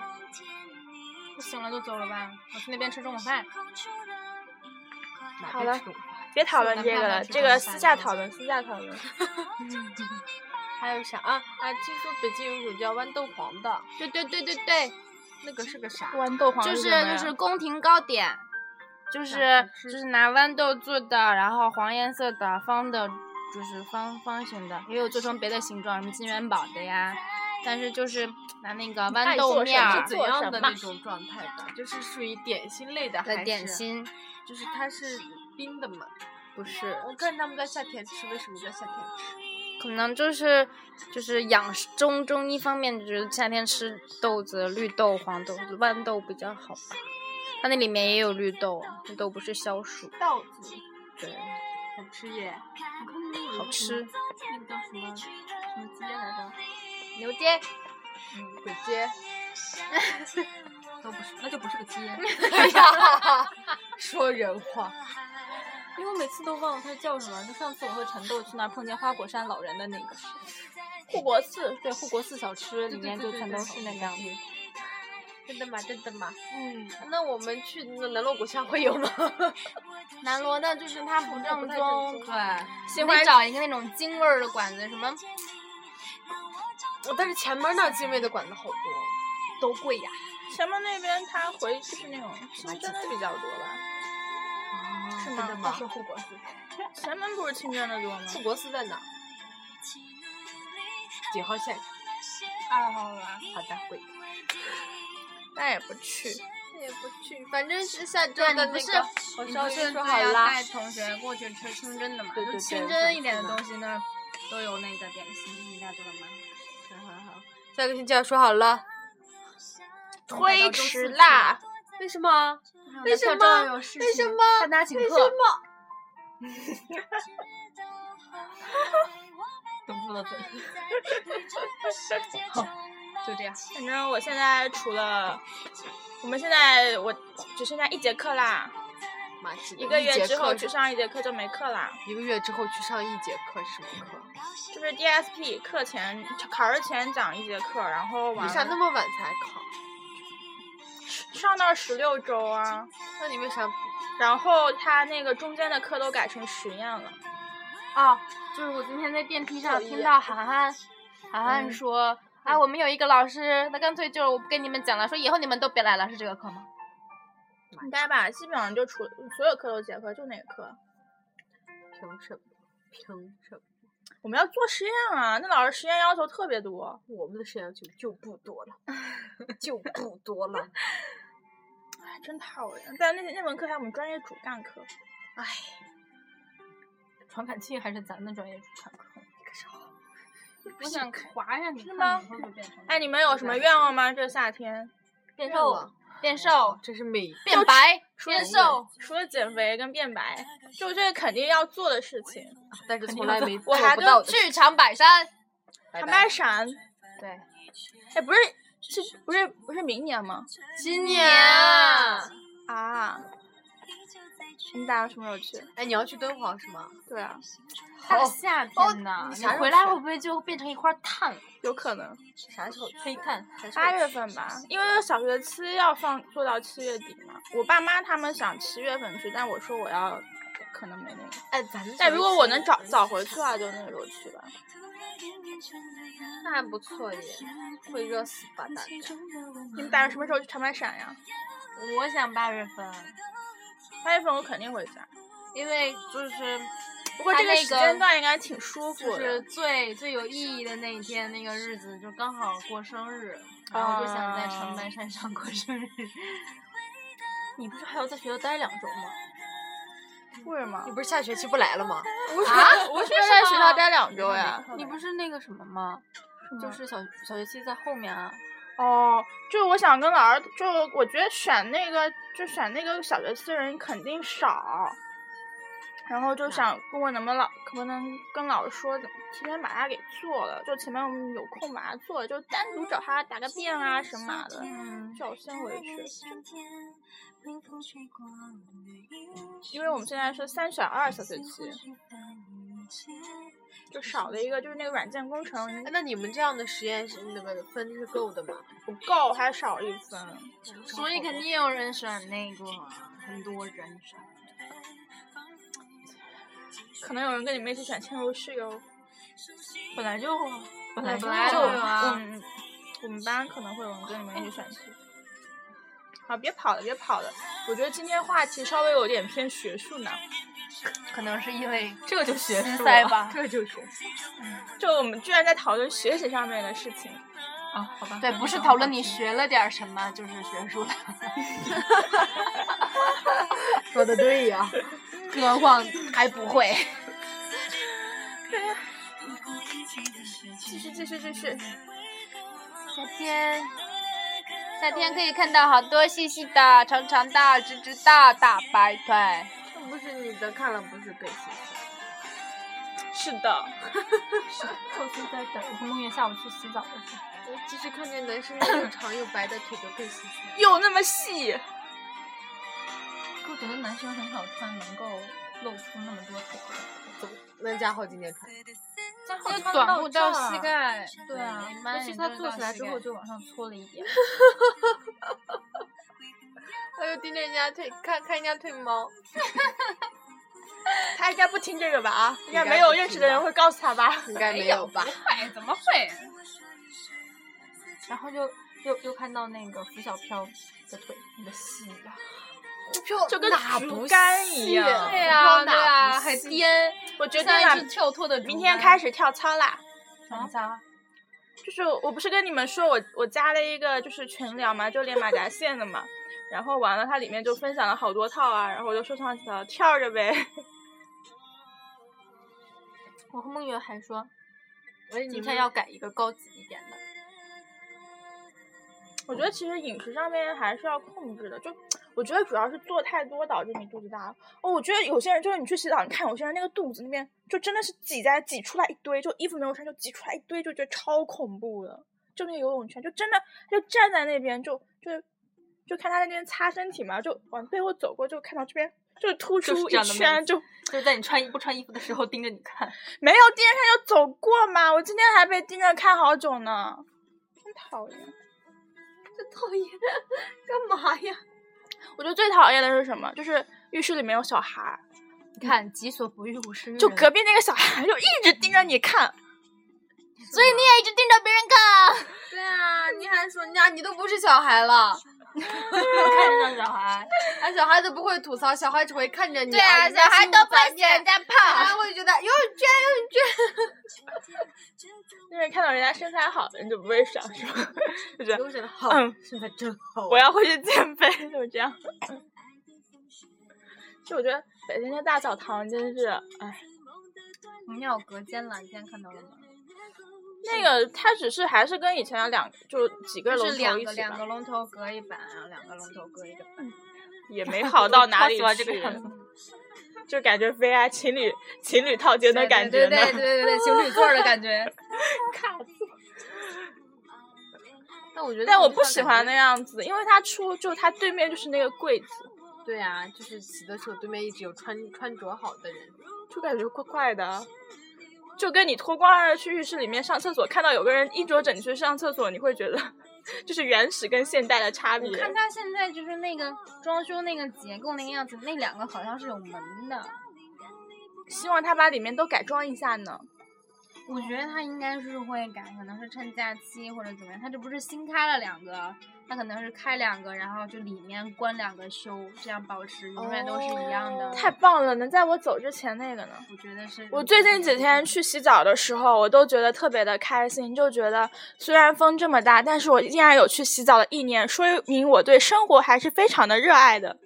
[SPEAKER 4] 不行了就走了吧，我去那边吃中午饭。
[SPEAKER 1] 好了，别讨论这个了，这个私下讨论，私下讨论。
[SPEAKER 3] 还有啥啊啊？听说北京有一种叫豌豆黄的，
[SPEAKER 4] 对对对对对，
[SPEAKER 3] 那个是个啥？
[SPEAKER 1] 豌豆黄
[SPEAKER 4] 就是
[SPEAKER 1] 什么呀
[SPEAKER 4] 就是宫廷糕点，就是就是拿豌豆做的，然后黄颜色的方的，就是方方形的，也有做成别的形状，什么金元宝的呀。但是就是拿那个豌豆面
[SPEAKER 1] 爱
[SPEAKER 4] 儿
[SPEAKER 1] 做
[SPEAKER 3] 是
[SPEAKER 1] 什么做
[SPEAKER 3] 怎样
[SPEAKER 1] 什
[SPEAKER 3] 的
[SPEAKER 1] 么
[SPEAKER 3] 那种状态的？就是属于点心类的还
[SPEAKER 4] 的
[SPEAKER 3] 是？
[SPEAKER 4] 点。心，
[SPEAKER 3] 就是它是冰的嘛？
[SPEAKER 4] 不是，
[SPEAKER 3] 我看他们在夏天吃，为什么在夏天吃？
[SPEAKER 4] 可能就是就是养生中中医方面，就是夏天吃豆子、绿豆、黄豆、豌豆比较好吧。它那里面也有绿豆，啊绿豆不是消暑，
[SPEAKER 2] 嗯
[SPEAKER 3] 稻子
[SPEAKER 4] 对，
[SPEAKER 3] 嗯好吃耶！
[SPEAKER 2] 我看那个
[SPEAKER 4] 好吃。
[SPEAKER 2] 那个叫什么什么街来着？
[SPEAKER 4] 牛街
[SPEAKER 3] 嗯，鬼街。
[SPEAKER 2] 都不是，那就不是个街。
[SPEAKER 3] 哎呀，说人话。
[SPEAKER 2] 因为我每次都忘了它叫什么。就上次我和陈豆去那儿碰见花果山老人的那个，
[SPEAKER 1] 护国寺，
[SPEAKER 2] 对护国寺小吃里
[SPEAKER 3] 对对
[SPEAKER 2] 面
[SPEAKER 3] 对
[SPEAKER 2] 就
[SPEAKER 3] 对
[SPEAKER 2] 全
[SPEAKER 3] 对
[SPEAKER 2] 都
[SPEAKER 3] 小
[SPEAKER 2] 是那
[SPEAKER 3] 吃
[SPEAKER 2] 个样子。
[SPEAKER 3] 真的吗？真的吗？
[SPEAKER 2] 嗯，
[SPEAKER 3] 那我们去那南锣鼓巷会 有吗？
[SPEAKER 4] 南锣的就是它不正宗，对，
[SPEAKER 1] 喜
[SPEAKER 4] 你
[SPEAKER 1] 欢
[SPEAKER 4] 得找一个那种京味儿的馆子，什么
[SPEAKER 3] 但是前门那儿精卫的馆子好多，
[SPEAKER 2] 都贵呀。
[SPEAKER 1] 前面那边他回就是那种清真的比较多吧？是吗？
[SPEAKER 3] 嗯真的吗
[SPEAKER 2] 是？护国寺。
[SPEAKER 1] 前门不是清真的多吗？
[SPEAKER 3] 护国寺在哪儿？几号线？
[SPEAKER 4] 二号吧。
[SPEAKER 3] 好的，贵。
[SPEAKER 1] 那也不去。
[SPEAKER 3] 也不去，反正是下周
[SPEAKER 4] 对，
[SPEAKER 3] 的
[SPEAKER 4] 你
[SPEAKER 3] 那
[SPEAKER 4] 不是
[SPEAKER 3] 个，我
[SPEAKER 4] 你
[SPEAKER 3] 稍
[SPEAKER 4] 不
[SPEAKER 3] 微
[SPEAKER 4] 是
[SPEAKER 3] 说
[SPEAKER 4] 说
[SPEAKER 3] 好
[SPEAKER 4] 要
[SPEAKER 3] 啦
[SPEAKER 4] 带。同学过去吃清真的嘛？
[SPEAKER 3] 对对
[SPEAKER 4] 就
[SPEAKER 3] 对
[SPEAKER 4] 清
[SPEAKER 3] 上
[SPEAKER 4] 真一点
[SPEAKER 3] 次
[SPEAKER 4] 的
[SPEAKER 3] 嘛
[SPEAKER 4] 东西那儿都有那个点心，你带走了吗？
[SPEAKER 3] 好好好，下个星期要说好了。
[SPEAKER 1] 推迟啦！
[SPEAKER 3] 为什么？啊为什么
[SPEAKER 4] 有事
[SPEAKER 3] 为什
[SPEAKER 4] 情
[SPEAKER 3] 么
[SPEAKER 4] 看他请
[SPEAKER 3] 为什
[SPEAKER 4] 客，
[SPEAKER 3] 么？
[SPEAKER 2] 堵住了嘴。
[SPEAKER 4] 就这样。
[SPEAKER 1] 反正我现在除了，我们现在我只剩下一节课啦，
[SPEAKER 3] 妈几
[SPEAKER 1] 一个月
[SPEAKER 3] 节
[SPEAKER 1] 之后
[SPEAKER 3] 课
[SPEAKER 1] 去
[SPEAKER 3] 是
[SPEAKER 1] 上一节课就没课啦。
[SPEAKER 3] 一个月之后去上一节课是什么课？
[SPEAKER 1] 就是 DSP 课前考试前讲一节课，然后完
[SPEAKER 3] 你啥那
[SPEAKER 1] 了
[SPEAKER 3] 么晚才考？
[SPEAKER 1] 上到十六周啊，
[SPEAKER 3] 那你为啥不？
[SPEAKER 1] 然后他那个中间的课都改成实验了。
[SPEAKER 4] 哦，就是我今天在电梯上
[SPEAKER 1] 作业
[SPEAKER 4] 听到涵涵，涵涵
[SPEAKER 1] 嗯
[SPEAKER 4] 说、啊，我们有一个老师，那干脆就是我不跟你们讲了，说以后你们都别来了，是这个课吗？
[SPEAKER 1] 应该吧，基本上就除所有课都结课，就那个课。
[SPEAKER 3] 凭什么？凭什么？
[SPEAKER 1] 我们要做实验啊，那老师实验要求特别多。
[SPEAKER 3] 我们的实验组就不多了，就不多了。
[SPEAKER 1] 哎，真讨厌！但那那门课还是我们专业主干课，
[SPEAKER 2] 传感器还是咱们专业主传课。
[SPEAKER 4] 我想划下你，
[SPEAKER 1] 是吗？哎，你们有什么愿望吗？这夏天
[SPEAKER 4] 变
[SPEAKER 3] 瘦
[SPEAKER 4] 瘦
[SPEAKER 3] 了，哦
[SPEAKER 4] 变瘦，
[SPEAKER 3] 真是美。
[SPEAKER 4] 变白，
[SPEAKER 1] 除了
[SPEAKER 4] 变瘦，
[SPEAKER 1] 除了减肥跟变白，就这肯定要做的事情。
[SPEAKER 3] 但是从来没
[SPEAKER 1] 我
[SPEAKER 3] 做
[SPEAKER 1] 还
[SPEAKER 3] 不
[SPEAKER 1] 跟
[SPEAKER 3] 到的。
[SPEAKER 4] 去长白山。
[SPEAKER 3] 拜
[SPEAKER 1] 长
[SPEAKER 3] 拜
[SPEAKER 1] 白山，
[SPEAKER 4] 对，
[SPEAKER 1] 哎，不是，是不是不是明年吗？
[SPEAKER 4] 今
[SPEAKER 3] 年啊
[SPEAKER 1] 啊，你打算什么时候去？
[SPEAKER 3] 哎，你要去敦煌是吗？
[SPEAKER 1] 对啊，
[SPEAKER 4] 大夏天呢，
[SPEAKER 3] 你
[SPEAKER 4] 你
[SPEAKER 3] 啥时候
[SPEAKER 4] 回来
[SPEAKER 3] 去
[SPEAKER 4] 会不会就变成一块炭了？
[SPEAKER 1] 有可能
[SPEAKER 3] 啥时候去？
[SPEAKER 2] 黑炭，
[SPEAKER 1] 八月份吧，因为小学期要放做到七月底嘛。我爸妈他们想七月份去，但我说我要可能没那个。
[SPEAKER 3] 哎，咱们
[SPEAKER 1] 但如果我能早早回去啊，就那个时候去吧。
[SPEAKER 3] 那还不错耶，会热死吧大家。
[SPEAKER 1] 你们打算什么时候去长白山呀？
[SPEAKER 4] 我想八月份，
[SPEAKER 1] 八月份我肯定会去啊。
[SPEAKER 4] 因为就是
[SPEAKER 1] 不过
[SPEAKER 4] 它
[SPEAKER 1] 这个
[SPEAKER 4] 那
[SPEAKER 1] 时
[SPEAKER 4] 个
[SPEAKER 1] 间段应该挺舒服
[SPEAKER 4] 就
[SPEAKER 1] 的。
[SPEAKER 4] 是最最有意义的那一天，那个日子就刚好过生日，然后就想在长白山上过生日。
[SPEAKER 2] 你不是还要在学校待两周吗？
[SPEAKER 1] 为什么
[SPEAKER 3] 你？不是下学期不来了吗？
[SPEAKER 1] 啊，我是在学校待两周
[SPEAKER 2] 对
[SPEAKER 1] 呀。
[SPEAKER 2] 你不是那个什么吗？就是小小学期在后面啊。
[SPEAKER 1] 哦，就我想跟老师，就我觉得选那个就选那个小学期的人肯定少，然后就想问问能不能老可不能跟老师说怎么提前把它给做了，就前面我们有空把它做了，就单独找他答个辩啊神马的，
[SPEAKER 4] 嗯，
[SPEAKER 1] 叫我先回去。因为我们现在是三选二小学期，就少了一个，就是那个软件工程
[SPEAKER 3] 哎那你们这样的实验是那个分是够的吗？
[SPEAKER 1] 不够，还少一分。
[SPEAKER 4] 所以肯定有人选那个，很多人选。
[SPEAKER 1] 可能有人跟你们一起选嵌入式哟。
[SPEAKER 2] 本来就本来
[SPEAKER 4] 本来
[SPEAKER 1] 就
[SPEAKER 4] 就
[SPEAKER 1] 我
[SPEAKER 4] 有啊
[SPEAKER 1] 们我们班可能会有人跟你们一起选去。好，别跑了，别跑了。我觉得今天话题稍微有点偏学术呢，
[SPEAKER 4] 可能是因为
[SPEAKER 3] 嗯
[SPEAKER 2] 这个就学
[SPEAKER 4] 心
[SPEAKER 2] 术
[SPEAKER 4] 嗯塞
[SPEAKER 2] 了
[SPEAKER 4] 吧。
[SPEAKER 1] 这就是，就我们居然在讨论学习上面的事情。
[SPEAKER 2] 啊，好吧。
[SPEAKER 4] 对，不是讨论你学了点儿什么，就是 学术了。
[SPEAKER 3] 说的对呀、
[SPEAKER 4] 更何况还不会。
[SPEAKER 1] 继续，继续，继续。
[SPEAKER 4] 夏天，夏天可以看到好多细细的、长长的、直直的大白腿。
[SPEAKER 3] 不是你的看了不是更新？
[SPEAKER 1] 是的，
[SPEAKER 2] 后期在等，我和梦月下午去洗澡的时候。
[SPEAKER 3] 我其实看见男生又长又白的腿就更新鲜。
[SPEAKER 1] 有那么细？
[SPEAKER 2] 可我觉得男生很少穿能够露出那么多腿的。
[SPEAKER 3] 那嘉浩今天穿，
[SPEAKER 2] 加
[SPEAKER 4] 那个短裤到膝，盖，
[SPEAKER 2] 对啊，
[SPEAKER 4] 慢
[SPEAKER 2] 尤
[SPEAKER 4] 一
[SPEAKER 2] 其
[SPEAKER 4] 点就
[SPEAKER 2] 他
[SPEAKER 4] 是
[SPEAKER 2] 坐
[SPEAKER 4] 到
[SPEAKER 2] 起来
[SPEAKER 4] 膝
[SPEAKER 2] 之
[SPEAKER 4] 盖
[SPEAKER 2] 后就往上搓了一点。
[SPEAKER 3] 他就盯着人家腿看看人家腿毛。
[SPEAKER 1] 他应该不听这个吧？啊，应该
[SPEAKER 3] 应该
[SPEAKER 1] 没有
[SPEAKER 3] 不
[SPEAKER 1] 认
[SPEAKER 3] 听
[SPEAKER 1] 识的人
[SPEAKER 3] 吧
[SPEAKER 1] 会告诉他吧？
[SPEAKER 3] 应该没有吧？
[SPEAKER 4] 会怎么会？
[SPEAKER 2] 然后就又又看到那个拂小飘的腿，那个细呀、
[SPEAKER 3] 就
[SPEAKER 1] 就跟
[SPEAKER 3] 哪
[SPEAKER 1] 竹
[SPEAKER 3] 不
[SPEAKER 1] 竿
[SPEAKER 3] 细
[SPEAKER 1] 一样
[SPEAKER 3] 啊
[SPEAKER 4] 对啊，
[SPEAKER 3] 不知道
[SPEAKER 4] 对
[SPEAKER 3] 哪
[SPEAKER 4] 啊，
[SPEAKER 3] 不
[SPEAKER 4] 很
[SPEAKER 3] 细
[SPEAKER 4] 颠，
[SPEAKER 1] 我决定
[SPEAKER 4] 像一
[SPEAKER 1] 了
[SPEAKER 4] 只，跳脱的
[SPEAKER 1] 明天开
[SPEAKER 4] 始
[SPEAKER 1] 始跳操啦。
[SPEAKER 2] 啊，啥？
[SPEAKER 1] 就是我不是跟你们说我我加了一个就是群聊嘛，就练马甲线的嘛，然后完了它里面就分享了好多套啊，然后我就收藏起来了跳着呗。
[SPEAKER 2] 我和梦月还说，
[SPEAKER 3] 我说你
[SPEAKER 2] 今
[SPEAKER 3] 们
[SPEAKER 2] 天要改一个高级一点的。
[SPEAKER 1] 我觉得其实饮食上面还是要控制的，就我觉得主要是做太多导致你肚子大了。哦，我觉得有些人就是你去洗澡，你看有些人那个肚子那边就真的是挤在挤出来一堆，就衣服没有穿就挤出来一堆，就觉得超恐怖的。就那个游泳圈，就真的他就站在那边就就就看他在那边擦身体嘛，就往背后走过就看到这边就突
[SPEAKER 2] 就是
[SPEAKER 1] 出
[SPEAKER 2] 这
[SPEAKER 1] 一
[SPEAKER 2] 样的妹
[SPEAKER 1] 圈
[SPEAKER 2] 子
[SPEAKER 1] 就。
[SPEAKER 2] 就是在你穿不穿衣服的时候盯着你看，
[SPEAKER 1] 没有盯着看就走过嘛，我今天还被盯着看好久呢，真讨厌。
[SPEAKER 2] 真讨厌，干嘛呀？
[SPEAKER 1] 我觉得最讨厌的是什么？就是浴室里面有小孩儿，
[SPEAKER 4] 你看，己所不欲，勿施于
[SPEAKER 1] 就
[SPEAKER 2] 嗯
[SPEAKER 4] 人
[SPEAKER 1] 隔壁那个小孩儿就一直盯着你看，
[SPEAKER 4] 所以你也一直盯着别人 看。
[SPEAKER 3] 对啊，你还说人家你都不是小孩 了，
[SPEAKER 2] 我看着像小孩，
[SPEAKER 3] 啊，小孩都不会吐槽，小孩只会看着你。
[SPEAKER 4] 对啊，
[SPEAKER 3] 你
[SPEAKER 4] 小孩
[SPEAKER 3] 心
[SPEAKER 4] 都
[SPEAKER 3] 无
[SPEAKER 4] 不
[SPEAKER 3] 杂
[SPEAKER 4] 嫌
[SPEAKER 3] 念
[SPEAKER 4] 人家
[SPEAKER 3] 小
[SPEAKER 4] 胖。
[SPEAKER 3] 孩会啊觉得哟，这
[SPEAKER 1] 因为看到人家身材好的人就不会想说， 就觉得
[SPEAKER 3] 我觉得好，
[SPEAKER 1] 嗯，
[SPEAKER 3] 身材真好啊
[SPEAKER 1] 我要回去减肥，就是这样。就我觉得北京的大澡堂真是，哎，
[SPEAKER 4] 我们要有隔间了，你今天看到了吗？
[SPEAKER 1] 那个它只是还是跟以前两就几个
[SPEAKER 4] 就
[SPEAKER 1] 楼
[SPEAKER 4] 是
[SPEAKER 1] 头
[SPEAKER 4] 两
[SPEAKER 1] 一
[SPEAKER 4] 个
[SPEAKER 1] 起
[SPEAKER 4] 两个
[SPEAKER 1] 吧，
[SPEAKER 4] 龙头隔一板，然后两个龙头隔一个板。
[SPEAKER 1] 也 没好到哪里
[SPEAKER 2] 我超喜欢这个
[SPEAKER 1] 去
[SPEAKER 2] 样子。
[SPEAKER 1] 就感觉 V I 情侣情侣套间的感觉呢。
[SPEAKER 4] 对对对对对对，情侣座的感觉。
[SPEAKER 3] 但我觉 得，
[SPEAKER 1] 但我不喜欢那。样子，因为他出就他对面就是那个柜子，
[SPEAKER 3] 对啊，就是洗的时候对面一直有穿穿着好的人，
[SPEAKER 1] 就感觉怪怪的。啊就跟你脱光了去浴室里面上厕所，看到有个人衣着整齐上厕所，你会觉得 就是原始跟现代的差别
[SPEAKER 4] 我。看他现在就是那个装修那个结构那个样子，那两个好像是有门的。
[SPEAKER 1] 希望他把里面都改装一下呢。
[SPEAKER 4] 我觉得他应该是会赶，可能是趁假期或者怎么样。他这不是新开了两个，他可能是开两个，然后就里面关两个修，这样保持永远都是一样的。
[SPEAKER 1] 太棒了，能在我走之前那个呢。
[SPEAKER 4] 哦我觉得是。
[SPEAKER 1] 我最近几天去洗澡的时候，我都觉得特别的开心，就觉得虽然风这么大，但是我依然有去洗澡的意念，说明我对生活还是非常的热爱的。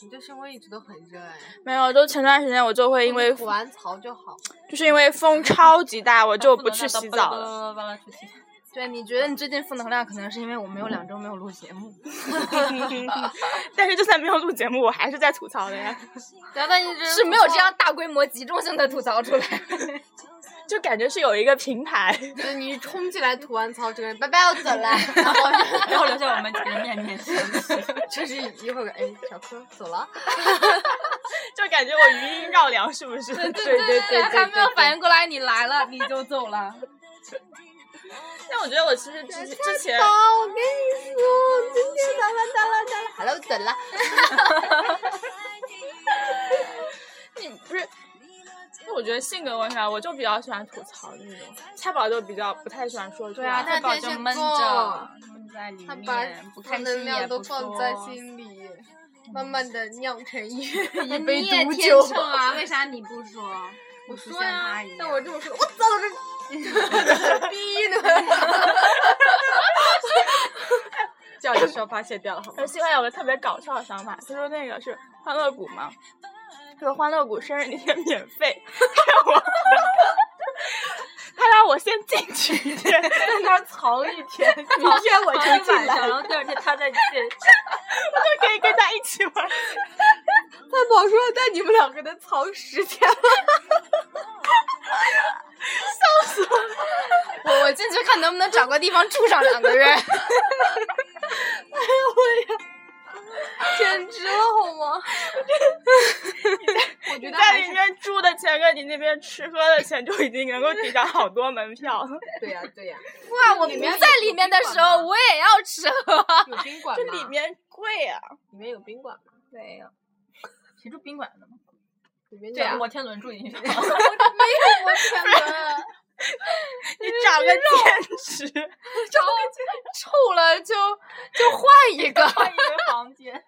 [SPEAKER 3] 你对生活一直都很热爱，
[SPEAKER 1] 没有，就前段时间我就会因为
[SPEAKER 3] 吐完槽就好。
[SPEAKER 1] 就是因为风超级大，我就不去洗澡了。
[SPEAKER 2] 了。
[SPEAKER 4] 对，你觉得你最近负能量可能是因为我们有两周没有录节目，
[SPEAKER 1] 但是就算没有录节目，我还是在吐槽的呀，
[SPEAKER 3] 啊
[SPEAKER 4] 然后但一直是没有这样大规模集中性的吐槽出来。
[SPEAKER 1] 就感觉是有一个平台。
[SPEAKER 3] 就你一冲进来吐完槽，这个人拜拜，我走 了。然后
[SPEAKER 2] 然后留下我们几个面面相觑。
[SPEAKER 3] 就是一会儿，哎，小柯走了。
[SPEAKER 1] 就感觉我余音绕梁，是不是？对
[SPEAKER 4] 对对
[SPEAKER 3] 对
[SPEAKER 4] 还没有
[SPEAKER 3] 对
[SPEAKER 4] 反应过来你来了，你就走了。
[SPEAKER 1] 但我觉得我其实之之前，
[SPEAKER 3] 啊，我跟你说，我今天咋啦咋啦咋啦，好了，我走了。
[SPEAKER 1] 你不是，就我觉得性格问题啊，我就比较喜欢吐槽的那种。蔡宝就比较不太喜欢说出
[SPEAKER 4] 对
[SPEAKER 1] 来。
[SPEAKER 4] 啊，他
[SPEAKER 3] 他
[SPEAKER 4] 宝
[SPEAKER 3] 天
[SPEAKER 4] 就
[SPEAKER 3] 蝎
[SPEAKER 4] 闷
[SPEAKER 3] 座
[SPEAKER 4] 着，闷在里
[SPEAKER 3] 他把
[SPEAKER 4] 面，不开
[SPEAKER 3] 负能
[SPEAKER 4] 心也
[SPEAKER 3] 量都
[SPEAKER 4] 不
[SPEAKER 3] 放
[SPEAKER 4] 说。
[SPEAKER 3] 在心里，慢慢的酿成一 一杯
[SPEAKER 4] 你也
[SPEAKER 3] 毒
[SPEAKER 4] 天
[SPEAKER 3] 酒。
[SPEAKER 4] 秤 啊，为啥你不说？
[SPEAKER 3] 我
[SPEAKER 4] 不
[SPEAKER 3] 说呀
[SPEAKER 4] 像他一，
[SPEAKER 3] 啊但
[SPEAKER 4] 样
[SPEAKER 3] 我这么说，我走了，这逼 呢？
[SPEAKER 2] 叫一声发泄掉了，好吗
[SPEAKER 1] 我？西瓜有个特别搞笑的想法，他说那个是欢乐谷嘛，他说欢乐谷生日那天免费，让我，他让我先进去一天， 在那儿藏一天，明天我就进来，
[SPEAKER 2] 然后第二天他再
[SPEAKER 1] 就
[SPEAKER 2] 进，
[SPEAKER 1] 可以跟他一起玩。
[SPEAKER 3] 太宝说，但你们两个能藏十天了。
[SPEAKER 4] 我我进去看能不能找个地方住上两个月。
[SPEAKER 3] 简直了好吗？我觉
[SPEAKER 1] 你
[SPEAKER 3] 得
[SPEAKER 1] 在
[SPEAKER 3] 还
[SPEAKER 1] 里
[SPEAKER 3] 是
[SPEAKER 1] 面住的钱跟你那边吃喝的钱就已经能够抵上好多门票了，
[SPEAKER 3] 对呀、对 呀、
[SPEAKER 4] 哇，我
[SPEAKER 3] 里
[SPEAKER 4] 不
[SPEAKER 3] 面有
[SPEAKER 4] 在里面的时候，我也要吃 喝。
[SPEAKER 3] 有宾馆
[SPEAKER 1] 这
[SPEAKER 3] 吗？
[SPEAKER 1] 里面贵 啊！
[SPEAKER 3] 里面有宾馆吗？
[SPEAKER 4] 对呀、
[SPEAKER 2] 谁住宾馆的吗？
[SPEAKER 3] 里面
[SPEAKER 2] 对
[SPEAKER 3] 有
[SPEAKER 2] 啊，
[SPEAKER 3] 我
[SPEAKER 2] 摩天轮住 进去。
[SPEAKER 3] 我天 哪！
[SPEAKER 1] 你找个兼职，
[SPEAKER 4] 臭
[SPEAKER 2] 哦
[SPEAKER 4] 臭了就就换一个，
[SPEAKER 2] 换一个房间，啊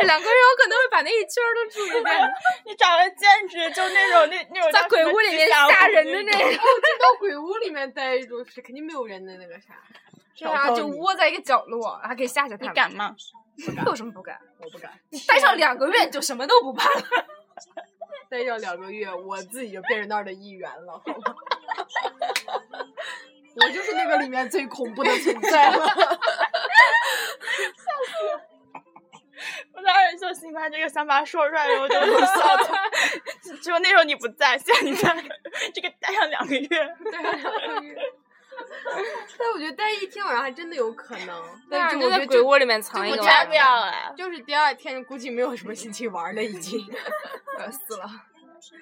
[SPEAKER 4] 两个人有可能会把那一圈儿都住一遍，
[SPEAKER 1] 你找个兼职就那种那那种叫
[SPEAKER 4] 在
[SPEAKER 1] 什
[SPEAKER 4] 鬼
[SPEAKER 1] 么
[SPEAKER 4] 屋里
[SPEAKER 1] 吉
[SPEAKER 4] 面
[SPEAKER 1] 祥
[SPEAKER 4] 吓
[SPEAKER 1] 物
[SPEAKER 4] 人的那种，
[SPEAKER 3] 到鬼屋里面待住是肯定没有人的那个 啥，
[SPEAKER 4] 对啊，就窝在一个角落，还可以吓吓他
[SPEAKER 1] 你
[SPEAKER 4] 们。
[SPEAKER 1] 敢吗？
[SPEAKER 4] 有什么不敢？
[SPEAKER 3] 我不敢。
[SPEAKER 4] 你待上两个月，你就什么都不怕了。
[SPEAKER 3] 待上两个月，我自己就变成那儿的一员了，好吗？ 我就是那个里面最恐怖的存在 了。
[SPEAKER 1] 我当时就心把这个想法说出来的 时候就有笑的，只有那时候你不在，现在你在，这个待上两个 月，
[SPEAKER 3] 但我觉得待一天晚上还真的有可能，
[SPEAKER 4] 对啊，
[SPEAKER 3] 但是
[SPEAKER 4] 就
[SPEAKER 3] 我觉
[SPEAKER 4] 在
[SPEAKER 3] 得
[SPEAKER 4] 鬼
[SPEAKER 3] 就
[SPEAKER 4] 窝里面藏一
[SPEAKER 3] 就
[SPEAKER 4] 个
[SPEAKER 3] 不
[SPEAKER 4] 晚
[SPEAKER 1] 加
[SPEAKER 3] 加
[SPEAKER 4] 上，
[SPEAKER 1] 不要了。
[SPEAKER 3] 就是第二天估计没有什么心情玩了，已经。
[SPEAKER 4] 呃死了，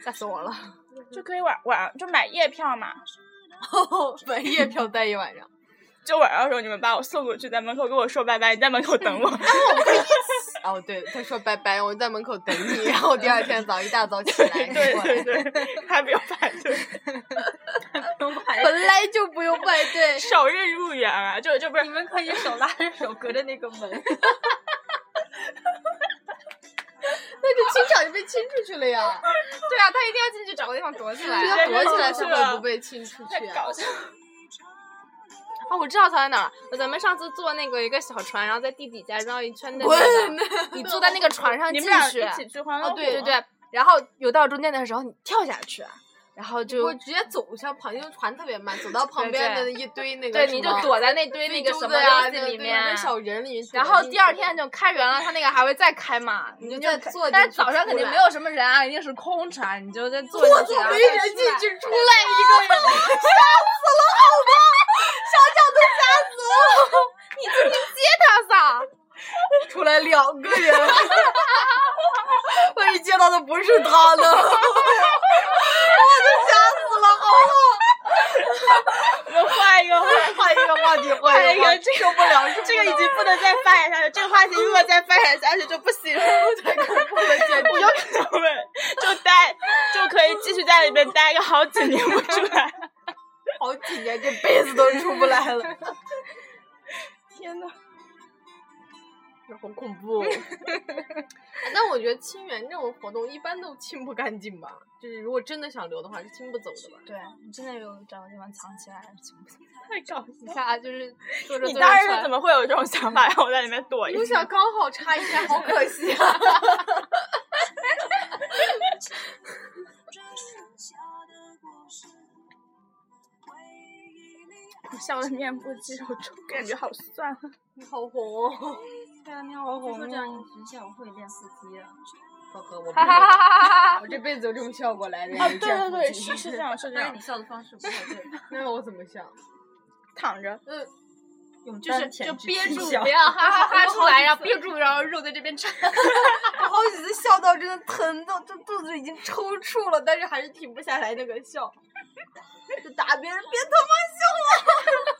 [SPEAKER 4] 吓死我了。
[SPEAKER 1] 就可以晚晚上就买夜票嘛，
[SPEAKER 3] 买夜票待一晚上。
[SPEAKER 1] 就晚上的时候你们把我送过去，在门口跟我说拜拜，你在门口等 我。
[SPEAKER 3] 哦，对，他说拜拜，我在门口等你，然后第二天早一大早起来过来
[SPEAKER 1] 对对对，还不用排队，，
[SPEAKER 2] 不用排队。
[SPEAKER 3] 本来就不用
[SPEAKER 4] 哎
[SPEAKER 3] 排 队
[SPEAKER 1] 首日入园啊，就就不
[SPEAKER 2] 你
[SPEAKER 1] 是
[SPEAKER 2] 们可以手拉着手，隔着那个门。
[SPEAKER 3] 那就清场就被清出去了 呀。
[SPEAKER 4] 对啊，他一定要进去找个地方 躲起来
[SPEAKER 3] 这
[SPEAKER 1] 直
[SPEAKER 4] 啊。
[SPEAKER 1] 接
[SPEAKER 3] 要躲起来
[SPEAKER 1] 扔出去
[SPEAKER 3] 是会
[SPEAKER 1] 了
[SPEAKER 3] 不被清出
[SPEAKER 1] 太
[SPEAKER 3] 去啊
[SPEAKER 1] 搞？笑了。
[SPEAKER 4] 啊，我知道藏在哪儿了。咱们上次坐那个一个小船，然后在地底下绕一圈的那
[SPEAKER 3] 滚
[SPEAKER 4] 个，！你坐在那个船上
[SPEAKER 1] 你
[SPEAKER 4] 进
[SPEAKER 1] 们俩
[SPEAKER 4] 去，
[SPEAKER 1] 一起去欢乐
[SPEAKER 4] 哦
[SPEAKER 1] 谷、
[SPEAKER 4] 对对，对，然后游到中间的时候你跳下去，啊然后就
[SPEAKER 3] 我直接走一下旁边，因为船特别慢，走到旁
[SPEAKER 4] 对
[SPEAKER 3] 边的
[SPEAKER 4] 对
[SPEAKER 3] 一堆那个
[SPEAKER 4] 对
[SPEAKER 3] 什
[SPEAKER 4] 你就
[SPEAKER 3] 么
[SPEAKER 4] 躲在那堆
[SPEAKER 3] 非
[SPEAKER 4] 那个
[SPEAKER 3] 洲
[SPEAKER 4] 什么
[SPEAKER 3] 的呀
[SPEAKER 4] 东西
[SPEAKER 3] 那
[SPEAKER 4] 里
[SPEAKER 3] 对
[SPEAKER 4] 面
[SPEAKER 3] 那，小人里面躲进去，
[SPEAKER 4] 然后第二天就开园了，他那个还会再开嘛，
[SPEAKER 3] 你
[SPEAKER 4] 你
[SPEAKER 3] 就
[SPEAKER 4] 就
[SPEAKER 3] 再
[SPEAKER 4] 看
[SPEAKER 3] 坐
[SPEAKER 4] 但
[SPEAKER 3] 进去
[SPEAKER 4] 是早上
[SPEAKER 3] 出
[SPEAKER 4] 肯定
[SPEAKER 3] 来
[SPEAKER 4] 没有什么人啊，一定是空船，你就在坐
[SPEAKER 3] 我
[SPEAKER 4] 进
[SPEAKER 3] 怎
[SPEAKER 4] 去，
[SPEAKER 3] 么
[SPEAKER 4] 然后
[SPEAKER 3] 没
[SPEAKER 4] 再
[SPEAKER 3] 人
[SPEAKER 4] 出
[SPEAKER 3] 进去，
[SPEAKER 4] 来
[SPEAKER 3] 出来一个人，
[SPEAKER 4] 你进去接他撒。
[SPEAKER 3] 出来两个人， 我一见到的不是他呢， 我就吓死了，好
[SPEAKER 1] 我们换一个话
[SPEAKER 3] 吗？换一个话
[SPEAKER 1] 换
[SPEAKER 3] 题，
[SPEAKER 1] 一
[SPEAKER 3] 个话
[SPEAKER 4] 哎
[SPEAKER 1] 个
[SPEAKER 3] 题，
[SPEAKER 1] 哎这个不了，这个已经不能再发展下去，这个话题如果再 发展下去就不行了，太恐怖了，我有可能会就待就可以可以继续在里面待个好几年不出来。
[SPEAKER 3] 好几年这辈子都出不 来了，
[SPEAKER 1] 天呐，
[SPEAKER 3] 好恐怖、哦。但我觉得清源这种活动一般都清不干净吧，就是如果真的想留的话，是清不走的吧。
[SPEAKER 4] 对你真的有找个地方藏起来还是行不行？
[SPEAKER 3] 太搞笑
[SPEAKER 4] 你看啊，就是坐着
[SPEAKER 1] 你
[SPEAKER 4] 坐着
[SPEAKER 1] 当时
[SPEAKER 4] 船
[SPEAKER 1] 怎，么会有这种想法，让我在里面躲一
[SPEAKER 3] 你
[SPEAKER 1] 下？
[SPEAKER 3] 想刚好插一下，好可惜 啊！
[SPEAKER 1] 我像我的面部肌肉抽，感觉好酸啊。
[SPEAKER 3] 你好红哦，
[SPEAKER 4] 对啊，你好
[SPEAKER 2] 就
[SPEAKER 4] 红
[SPEAKER 2] 说这
[SPEAKER 4] 啊
[SPEAKER 2] 样一直下午会练腹肌啊。
[SPEAKER 3] 宝哥，我
[SPEAKER 4] 哈哈哈哈哈哈！
[SPEAKER 3] 我这辈子都这么笑过来的。
[SPEAKER 1] 啊，对对对，是 是这。样，嗯是这
[SPEAKER 2] 但是
[SPEAKER 1] 样
[SPEAKER 2] 你，笑的方式不太对，
[SPEAKER 3] 那我怎么笑？
[SPEAKER 1] 躺着。
[SPEAKER 3] 呃
[SPEAKER 2] 永
[SPEAKER 4] 就是
[SPEAKER 2] 丹
[SPEAKER 4] 就
[SPEAKER 2] 田
[SPEAKER 4] 憋
[SPEAKER 2] 之
[SPEAKER 4] 住，
[SPEAKER 2] 笑
[SPEAKER 4] 不要哈 哈哈出来，然后憋住，然后肉在这边颤。
[SPEAKER 3] 我好几次笑到真的疼到，这肚子已经抽搐了，但是还是停不下来那个笑，就打别人，别他妈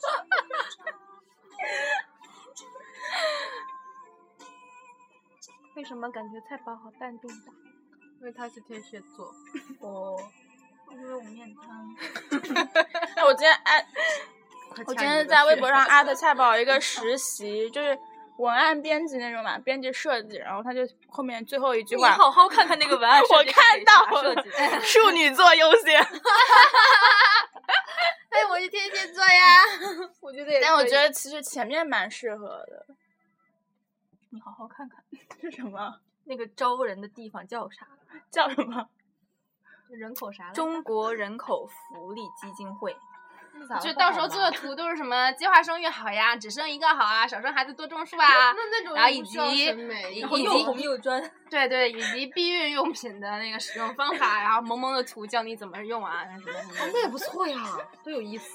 [SPEAKER 4] 为什么感觉菜包好淡定？
[SPEAKER 3] 因为他是天蝎座，
[SPEAKER 4] 哦，因为我面瘫。
[SPEAKER 1] 哎，我今天哎，
[SPEAKER 3] 快
[SPEAKER 1] 我
[SPEAKER 3] 掐
[SPEAKER 1] 今
[SPEAKER 3] 你
[SPEAKER 1] 天
[SPEAKER 3] 的
[SPEAKER 1] 在微
[SPEAKER 3] 血
[SPEAKER 1] 博上艾特菜宝一个实习，就是文案编辑那种嘛，编辑设计，然后他就后面最后一句
[SPEAKER 2] 你
[SPEAKER 1] 话，
[SPEAKER 2] 好好看看那 个文案设
[SPEAKER 1] 我
[SPEAKER 2] 计是
[SPEAKER 1] 看
[SPEAKER 2] 谁
[SPEAKER 1] 到
[SPEAKER 2] 啥设
[SPEAKER 1] 了
[SPEAKER 2] 计的，
[SPEAKER 1] 处女座优先。
[SPEAKER 4] 哎，我是天蝎座呀。
[SPEAKER 3] 我觉得也可以，
[SPEAKER 1] 但我觉得其实前面蛮适合的。
[SPEAKER 2] 你好好看看
[SPEAKER 1] 是什么？
[SPEAKER 2] 那个招人的地方叫啥？
[SPEAKER 1] 叫什么？
[SPEAKER 4] 人口啥来着？
[SPEAKER 2] 中国人口福利基金会。
[SPEAKER 4] 就到时候做的图都是什么计划生育好呀，只生一个好啊，少生孩子多种树啊
[SPEAKER 3] 那，那种
[SPEAKER 4] 然后
[SPEAKER 3] 就
[SPEAKER 4] 以
[SPEAKER 3] 不需要
[SPEAKER 4] 及
[SPEAKER 3] 审美
[SPEAKER 4] 以
[SPEAKER 3] 然后
[SPEAKER 4] 及
[SPEAKER 3] 又红
[SPEAKER 2] 又专，
[SPEAKER 4] 对对，以及避孕用品的那个使用方法，然后萌萌的图教你怎么用啊，什么什么
[SPEAKER 3] 那也不错呀，多有意思。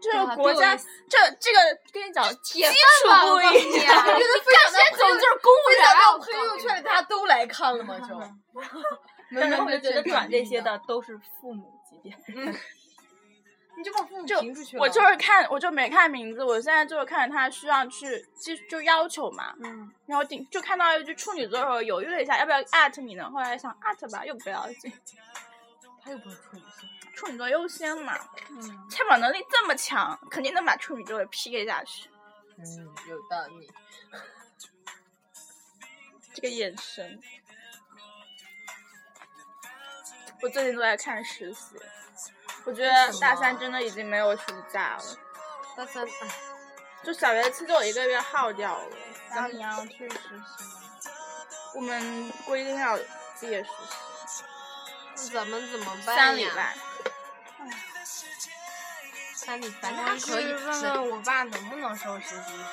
[SPEAKER 1] 这
[SPEAKER 4] 对
[SPEAKER 1] 个
[SPEAKER 4] 啊
[SPEAKER 1] 国
[SPEAKER 4] 对
[SPEAKER 1] 家，
[SPEAKER 4] 我
[SPEAKER 1] 这这个跟你讲，基础
[SPEAKER 4] 吧我
[SPEAKER 1] 不
[SPEAKER 4] 告诉
[SPEAKER 1] 一
[SPEAKER 4] 你
[SPEAKER 1] 样
[SPEAKER 4] 啊。
[SPEAKER 3] 觉得非常
[SPEAKER 4] 总就是公务员啊，
[SPEAKER 3] 到
[SPEAKER 4] 我
[SPEAKER 3] 朋
[SPEAKER 4] 告诉
[SPEAKER 3] 友
[SPEAKER 4] 你
[SPEAKER 3] 圈里大家都来看了嘛， 就
[SPEAKER 2] 然后我就觉得转这些
[SPEAKER 3] 的。
[SPEAKER 2] 的都是父母级别。
[SPEAKER 3] 你就把父母
[SPEAKER 1] 就
[SPEAKER 3] 评出去了。
[SPEAKER 1] 我就是看，我就没看名字，我现在就是看着他需要去，就就要求嘛，
[SPEAKER 2] 嗯，
[SPEAKER 1] 然后顶就看到一句处女座的时候犹豫了一下，要不要艾特你呢？后来想艾特吧，又不要紧，
[SPEAKER 3] 他又不是处女座，
[SPEAKER 1] 处女座优先嘛。
[SPEAKER 2] 嗯，
[SPEAKER 1] 菜宝能力这么强，肯定能把处女座给 PK 下去。
[SPEAKER 3] 嗯，有道理。
[SPEAKER 1] 这个眼神，我最近都在看实习，我觉得大三真的已经没有暑假了，
[SPEAKER 3] 大三，哎，
[SPEAKER 1] 就小学期就有一个月耗掉了。
[SPEAKER 4] 然后你要去实习吗？
[SPEAKER 1] 我们规定要毕业实习
[SPEAKER 3] 那咱们怎么办呀？
[SPEAKER 1] 三礼拜，
[SPEAKER 3] 三礼拜，那
[SPEAKER 4] 那
[SPEAKER 3] 还
[SPEAKER 4] 可
[SPEAKER 3] 可
[SPEAKER 4] 以
[SPEAKER 3] 以。
[SPEAKER 4] 问问我爸能不能收实习生。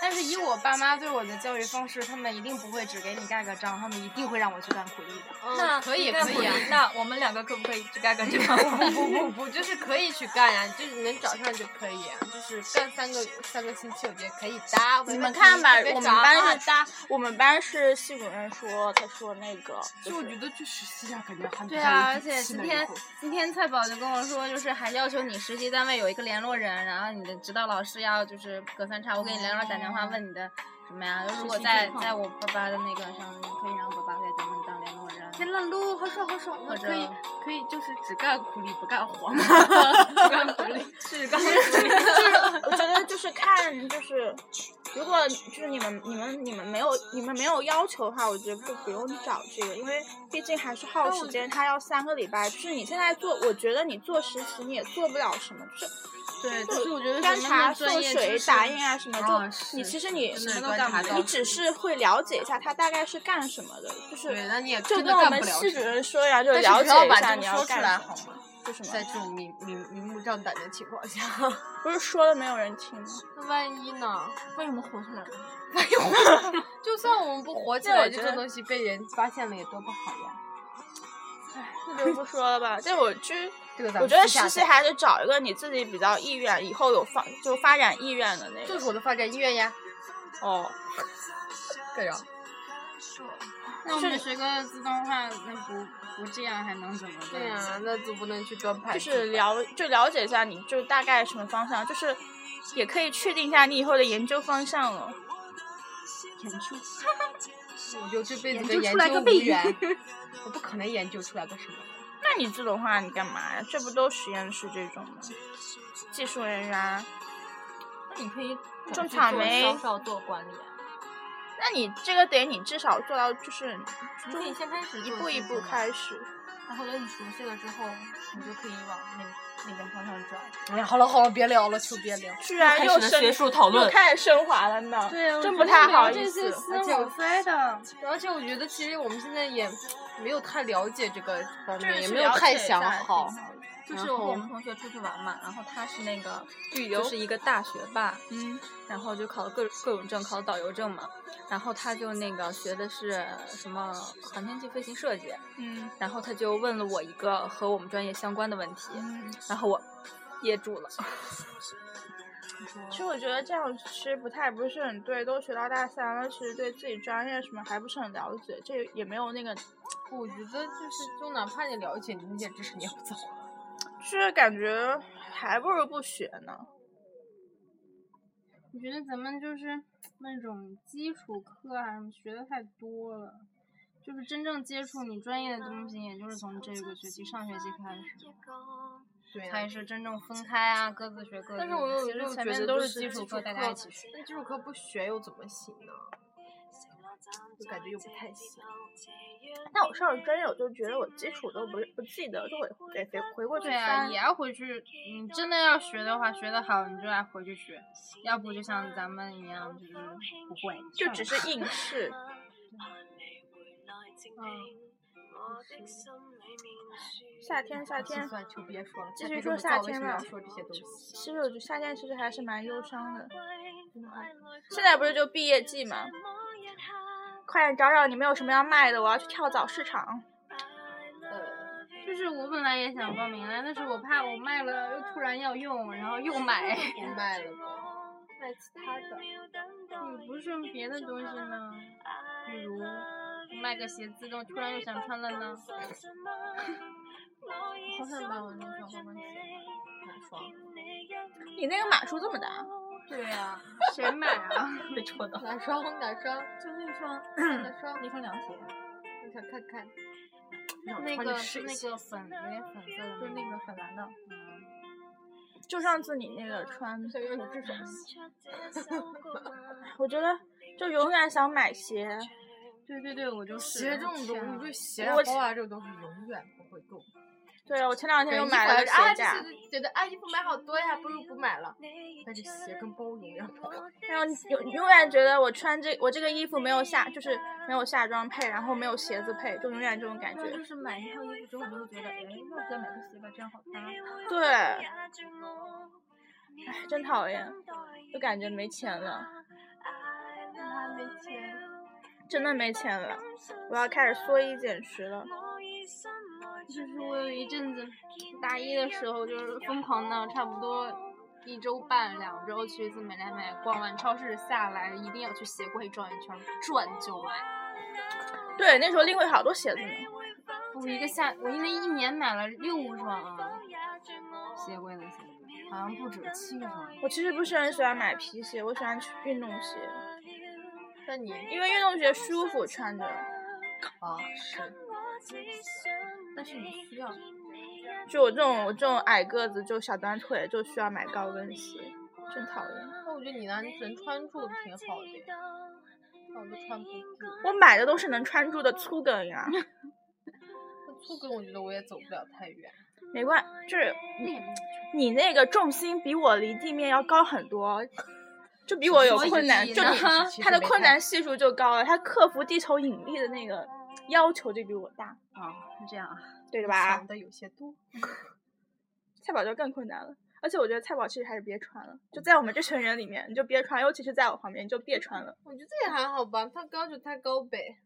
[SPEAKER 4] 但是以我爸妈对我的教育方式，他们一定不会只给你盖个章，他们一定会让我去干苦力的。
[SPEAKER 3] 嗯
[SPEAKER 2] 那
[SPEAKER 3] 可以
[SPEAKER 2] 干
[SPEAKER 3] 可
[SPEAKER 2] 不
[SPEAKER 3] 以啊，
[SPEAKER 2] 赢那我们 两个可不可以去干个这个？
[SPEAKER 3] 不不不不，就是可以去干呀、就是能找上就可以啊，就是干三个三个星期，我觉得可以的。
[SPEAKER 1] 你们看吧，我们班
[SPEAKER 3] 是
[SPEAKER 1] 是搭，我们班是系主任说，他说那个
[SPEAKER 3] 就
[SPEAKER 1] 就
[SPEAKER 3] 我
[SPEAKER 1] 是
[SPEAKER 3] 觉得去实习啊，感觉还比
[SPEAKER 4] 对
[SPEAKER 3] 较
[SPEAKER 4] 啊，
[SPEAKER 3] 有
[SPEAKER 4] 而
[SPEAKER 3] 底
[SPEAKER 4] 且
[SPEAKER 3] 气
[SPEAKER 4] 今
[SPEAKER 3] 呢
[SPEAKER 4] 天
[SPEAKER 3] 以后
[SPEAKER 4] 今天菜宝就跟我说，就是还要求你实习单位有一个联络人，然后你的指导老师要就是隔三差五给你联络打电话问你的什么呀？如果在在我爸爸的那个上，你可以让爸爸给咱们当联络人。
[SPEAKER 3] 天啦噜，好爽好爽，
[SPEAKER 4] 或
[SPEAKER 3] 那
[SPEAKER 4] 者
[SPEAKER 3] 可以可以就是只干苦力不干活嘛，
[SPEAKER 4] 干苦力，
[SPEAKER 3] 只干苦力。
[SPEAKER 1] 我觉得就是看，就是如果就是你们、你们、你们没有、你们没有要求的话，我觉得不不用找这个，因为毕竟还是耗时间，他要三个礼拜。就是你现在做，我觉得你做实习你也做不了什么，就是
[SPEAKER 4] 对，可是我觉得
[SPEAKER 1] 干
[SPEAKER 4] 什么
[SPEAKER 1] 茶、
[SPEAKER 4] 都专
[SPEAKER 1] 送
[SPEAKER 4] 业
[SPEAKER 1] 水、
[SPEAKER 4] 知识
[SPEAKER 1] 打印啊什么，
[SPEAKER 3] 哦
[SPEAKER 4] 啊
[SPEAKER 1] 就是你其实你
[SPEAKER 4] 是
[SPEAKER 3] 什么都
[SPEAKER 4] 观
[SPEAKER 3] 干
[SPEAKER 4] 察
[SPEAKER 3] 不
[SPEAKER 4] 到
[SPEAKER 1] 你只是会了解一下他大概是干什么的，就是
[SPEAKER 3] 对，那你也
[SPEAKER 1] 就
[SPEAKER 3] 真的
[SPEAKER 1] 跟我
[SPEAKER 3] 干
[SPEAKER 1] 们
[SPEAKER 3] 不了
[SPEAKER 1] 系
[SPEAKER 3] 什
[SPEAKER 1] 主
[SPEAKER 3] 么。
[SPEAKER 1] 任说呀，就
[SPEAKER 3] 但是
[SPEAKER 1] 了
[SPEAKER 3] 不
[SPEAKER 1] 解
[SPEAKER 3] 要
[SPEAKER 1] 一
[SPEAKER 3] 把
[SPEAKER 1] 下
[SPEAKER 3] 这
[SPEAKER 1] 你
[SPEAKER 3] 个
[SPEAKER 1] 要
[SPEAKER 3] 说出
[SPEAKER 1] 干
[SPEAKER 3] 来
[SPEAKER 1] 什
[SPEAKER 3] 好
[SPEAKER 1] 么
[SPEAKER 3] 吗？
[SPEAKER 1] 就什
[SPEAKER 3] 在
[SPEAKER 1] 么，
[SPEAKER 3] 这种明明明目张胆的情况下，
[SPEAKER 1] 不是说了没有人听吗？
[SPEAKER 3] 那万一呢？
[SPEAKER 2] 为什么活下来了？
[SPEAKER 3] 就算我们不火起
[SPEAKER 1] 这我
[SPEAKER 3] 来，
[SPEAKER 1] 觉
[SPEAKER 3] 这种
[SPEAKER 1] 得
[SPEAKER 3] 东西被人发现了也多不好呀。
[SPEAKER 1] 那就不说了吧。但我就
[SPEAKER 3] 这个咱
[SPEAKER 1] 我
[SPEAKER 3] 们
[SPEAKER 1] 觉得
[SPEAKER 3] 私下
[SPEAKER 1] 实习
[SPEAKER 3] 再
[SPEAKER 1] 还是找一个你自己比较意愿，以后有发就发展意愿的那
[SPEAKER 3] 就
[SPEAKER 1] 个。
[SPEAKER 3] 是我的发展意愿呀，
[SPEAKER 1] 哦，
[SPEAKER 3] 干啥？
[SPEAKER 4] 那我
[SPEAKER 1] 是
[SPEAKER 4] 们学个自动化，那不不这样还能怎么办？
[SPEAKER 3] 对呀、那就不能去专
[SPEAKER 1] 就
[SPEAKER 3] 派自己了。
[SPEAKER 1] 是了就了解一下你就大概什么方向，就是也可以确定一下你以后的研究方向了。
[SPEAKER 3] 我就这辈子
[SPEAKER 4] 研
[SPEAKER 3] 跟
[SPEAKER 4] 究
[SPEAKER 3] 研
[SPEAKER 4] 出来
[SPEAKER 3] 究
[SPEAKER 4] 个
[SPEAKER 3] 无
[SPEAKER 4] 背影
[SPEAKER 3] 缘，我不可能研究出来个什么。
[SPEAKER 1] 那你这种话你干嘛呀？这不都实验室这种吗？技术人员，
[SPEAKER 2] 那你可以
[SPEAKER 1] 种草莓
[SPEAKER 2] 销售做管理啊，
[SPEAKER 1] 那你这个得你至少做到就是
[SPEAKER 2] 你可以先开始
[SPEAKER 1] 一
[SPEAKER 2] 做
[SPEAKER 1] 步一
[SPEAKER 2] 技
[SPEAKER 1] 步
[SPEAKER 2] 术嘛
[SPEAKER 1] 开始。
[SPEAKER 2] 然后等你熟悉了之后，你就可以往那那边方向转。
[SPEAKER 3] 哎呀，好了好了，别聊了，就别聊。
[SPEAKER 1] 居然
[SPEAKER 2] 开
[SPEAKER 1] 又
[SPEAKER 2] 始了
[SPEAKER 1] 升
[SPEAKER 2] 学术讨论
[SPEAKER 1] 又开始升华了呢。
[SPEAKER 4] 对，
[SPEAKER 1] 真不太好
[SPEAKER 4] 这
[SPEAKER 1] 意
[SPEAKER 4] 些
[SPEAKER 1] 思。
[SPEAKER 4] 是
[SPEAKER 2] 啊
[SPEAKER 4] 我非的，
[SPEAKER 3] 而且我觉得，其实我们现在也没有太了解这个方
[SPEAKER 1] 这
[SPEAKER 3] 面，也
[SPEAKER 1] 是
[SPEAKER 3] 没有
[SPEAKER 1] 了
[SPEAKER 3] 太
[SPEAKER 1] 解一
[SPEAKER 3] 想
[SPEAKER 1] 下
[SPEAKER 3] 好。
[SPEAKER 1] 挺的
[SPEAKER 2] 就是
[SPEAKER 3] 然
[SPEAKER 2] 我和
[SPEAKER 3] 后
[SPEAKER 2] 我们同学出去玩嘛，然后他是那个
[SPEAKER 1] 旅游
[SPEAKER 2] 就是一个大学霸，
[SPEAKER 1] 嗯，
[SPEAKER 2] 然后就考了各各种证，考了导游证嘛。然后他就那个学的是什么航天器飞行设计，
[SPEAKER 1] 嗯
[SPEAKER 2] 然后他就问了我一个和我们专业相关的问题，然后我噎住了。
[SPEAKER 1] 其实我觉得这样其实不太不是很对，都学到大三了，其实对自己专业什么还不是很了解，这也没有那个，
[SPEAKER 4] 我觉得就是
[SPEAKER 3] 就哪怕你了解，你也知识你要走。
[SPEAKER 1] 就是感觉还不如不学呢。
[SPEAKER 4] 我觉得咱们就是那种基础课啊什么学的太多了，就是真正接触你专业的东西，也就是从这个学期上学期开始，
[SPEAKER 3] 对啊
[SPEAKER 4] 才是真正分开啊，各自学各自的。
[SPEAKER 3] 但是我又
[SPEAKER 4] 其实
[SPEAKER 3] 又
[SPEAKER 4] 前
[SPEAKER 3] 觉
[SPEAKER 4] 面
[SPEAKER 3] 得
[SPEAKER 4] 都
[SPEAKER 3] 就是是
[SPEAKER 4] 基
[SPEAKER 3] 基
[SPEAKER 4] 础
[SPEAKER 3] 础
[SPEAKER 4] 课，大
[SPEAKER 3] 课
[SPEAKER 4] 家一起学。
[SPEAKER 3] 那基础课不学又怎么行呢？就感觉又不太行。
[SPEAKER 1] 但我上了专业，我就觉得我基础都不是不记得，就会得得回过去
[SPEAKER 4] 对啊，
[SPEAKER 1] 翻
[SPEAKER 4] 也要回去。你真的要学的话，学得好你就要回去学，要不就像咱们一样就是不会，
[SPEAKER 1] 就只是应试。
[SPEAKER 4] 嗯
[SPEAKER 1] 夏天，夏天，
[SPEAKER 3] 算了，就别说了。
[SPEAKER 1] 继
[SPEAKER 3] 夏
[SPEAKER 1] 续说
[SPEAKER 3] 天这么
[SPEAKER 1] 夏
[SPEAKER 3] 燥为
[SPEAKER 1] 天
[SPEAKER 3] 什
[SPEAKER 1] 吧
[SPEAKER 3] 么要说这些东西。
[SPEAKER 1] 其实我觉得夏天其实还是蛮忧伤的。嗯现在不是就毕业季嘛，快点找找你们有什么要卖的，我要去跳蚤市场。
[SPEAKER 4] 就是我本来也想报名来，但是我怕我卖了又突然要用，然后又买。
[SPEAKER 3] 不卖了吧？
[SPEAKER 4] 卖其他的，你不是别的东西呢？比如我卖个鞋子，我突然又想穿了呢。
[SPEAKER 5] 好想把我那双高跟鞋
[SPEAKER 3] 哪双？
[SPEAKER 1] 你那个码数这么大，
[SPEAKER 4] 对呀、谁买啊？
[SPEAKER 2] 被戳 到，
[SPEAKER 3] 哪双？哪 双？
[SPEAKER 2] 就那双
[SPEAKER 3] 哪双？
[SPEAKER 2] 那双凉鞋，
[SPEAKER 3] 我想看看。
[SPEAKER 4] 那个
[SPEAKER 3] 是
[SPEAKER 4] 是那个粉，有点粉色的，嗯
[SPEAKER 2] 就那个粉蓝的，
[SPEAKER 1] 就上次你那个穿，
[SPEAKER 3] 想要你这双鞋。
[SPEAKER 1] 我觉得就永远想买鞋。
[SPEAKER 4] 对对对，我就是。
[SPEAKER 3] 鞋这种
[SPEAKER 4] 天
[SPEAKER 3] 东
[SPEAKER 4] 啊
[SPEAKER 3] 西，对鞋
[SPEAKER 1] 我
[SPEAKER 3] 包啊这种东西永远不会够。
[SPEAKER 1] 对，啊我前两天
[SPEAKER 3] 对
[SPEAKER 1] 又
[SPEAKER 3] 衣服
[SPEAKER 1] 买
[SPEAKER 3] 还
[SPEAKER 1] 了个
[SPEAKER 3] 是啊
[SPEAKER 1] 鞋
[SPEAKER 3] 这
[SPEAKER 1] 架，
[SPEAKER 3] 次就觉得啊衣服买好多呀，不如不买了。但是鞋跟包永远不够。
[SPEAKER 1] 然后永永远觉得我穿这我这个衣服没有下，就是没有夏装配，然后没有鞋子配，就永远这种感
[SPEAKER 2] 然后
[SPEAKER 1] 觉
[SPEAKER 2] 就。是买一套衣服之后，你就会觉得，哎，那我再买个鞋吧，这样好
[SPEAKER 4] 啊
[SPEAKER 2] 搭。
[SPEAKER 1] 对，哎，真讨厌，就感觉没钱了。真的没钱了，我要开始缩衣减食了。
[SPEAKER 4] 就是我有一阵子大一的时候，就是疯狂的，差不多一周半、两周去一次美莱美，逛完超市下来，一定要去鞋柜转一圈，转就买。
[SPEAKER 1] 对，那时候另外好多鞋子呢。
[SPEAKER 4] 我一个夏，我因为一年买了六双啊，鞋柜的鞋，好像不止七双。
[SPEAKER 1] 我其实不是很喜欢买皮鞋，我喜欢去运动鞋，
[SPEAKER 3] 那你
[SPEAKER 1] 因为运动鞋舒服穿着，
[SPEAKER 3] 啊是
[SPEAKER 2] 但是你需要，
[SPEAKER 1] 就我这种我这种矮个子就小短腿就需要买高跟鞋，真讨厌。
[SPEAKER 3] 那我觉得你呢，你能穿住挺好的，那我就穿不住。
[SPEAKER 1] 我买的都是能穿住的粗跟呀，
[SPEAKER 3] 那粗跟我觉得我也走不了太远。
[SPEAKER 1] 没关，就是你你那个重心比我离地面要高很多。就比我有
[SPEAKER 4] 所以
[SPEAKER 1] 困难，就
[SPEAKER 4] 呢
[SPEAKER 1] 你它的困难系数就高了，它克服地球引力的那个要求就比我大，
[SPEAKER 4] 哦，是这样啊。
[SPEAKER 1] 对的吧？
[SPEAKER 3] 的有些多。
[SPEAKER 1] 菜宝就更困难了。而且我觉得菜宝其实还是别穿了，就在我们这群人里面，你就别穿，尤其是在我旁边，你就别穿了。
[SPEAKER 3] 我觉得这也还好吧，他高就他高呗。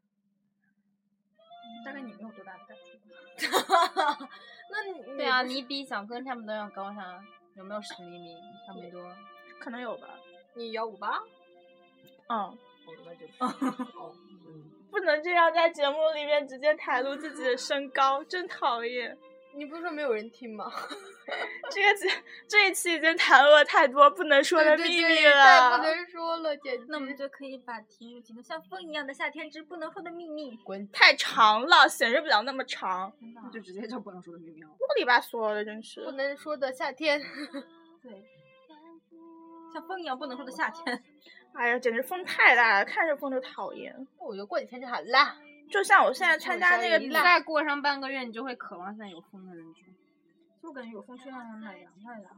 [SPEAKER 2] 大概你没有多大的感触。
[SPEAKER 3] 那 你
[SPEAKER 4] 对啊，你比小哥差不多要高啥？有没有十厘米？差不多。
[SPEAKER 1] 可能有吧。
[SPEAKER 3] 你幺五八？
[SPEAKER 1] 嗯，
[SPEAKER 3] 哦，那就哦，嗯，
[SPEAKER 1] 不能这样在节目里面直接袒露自己的身高，真讨厌。
[SPEAKER 3] 你不是说没有人听吗？
[SPEAKER 1] 这个节这一期已经谈论了太多不能说的
[SPEAKER 3] 对
[SPEAKER 1] 秘
[SPEAKER 3] 对
[SPEAKER 1] 密
[SPEAKER 3] 对太
[SPEAKER 1] 了。
[SPEAKER 3] 不能说了，简直。
[SPEAKER 2] 那我们就可以把题目起成像风一样的夏天之不能说的秘密。
[SPEAKER 3] 滚，
[SPEAKER 1] 太长了，显示不了那么长。
[SPEAKER 6] 那就直接叫不能说的秘密了。
[SPEAKER 1] 啰里吧嗦的，真是
[SPEAKER 3] 不。能说的夏天。
[SPEAKER 2] 对，像风一样不能说的夏天。
[SPEAKER 1] 哎呀，简直风太大了，看着风就讨厌。
[SPEAKER 3] 我觉得过几天就好啦。
[SPEAKER 1] 就像我现在参加那个
[SPEAKER 4] 你
[SPEAKER 1] 比赛，
[SPEAKER 4] 再过上半个月，你就会渴望在有风的人中。
[SPEAKER 2] 就感觉有风吹上来买凉快呀。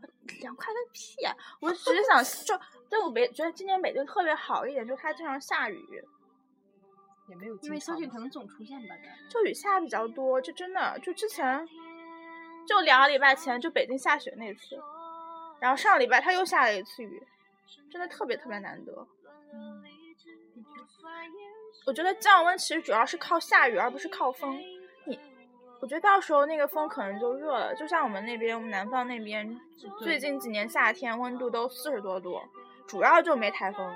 [SPEAKER 1] 凉快个屁呀、我只是想就， 但我北觉得今年北京特别好一点，就是它经常下雨，
[SPEAKER 3] 也没有经常，
[SPEAKER 4] 因为萧敬腾总出现吧，
[SPEAKER 1] 就雨下比较多。就真的就之前，就两个礼拜前就北京下雪那次，然后上个礼拜它又下了一次雨，真的特别特别难得。我觉得降温其实主要是靠下雨，而不是靠风。你，我觉得到时候那个风可能就热了，就像我们那边，我们南方那边最近几年夏天温度都四十多度，主要就没台风，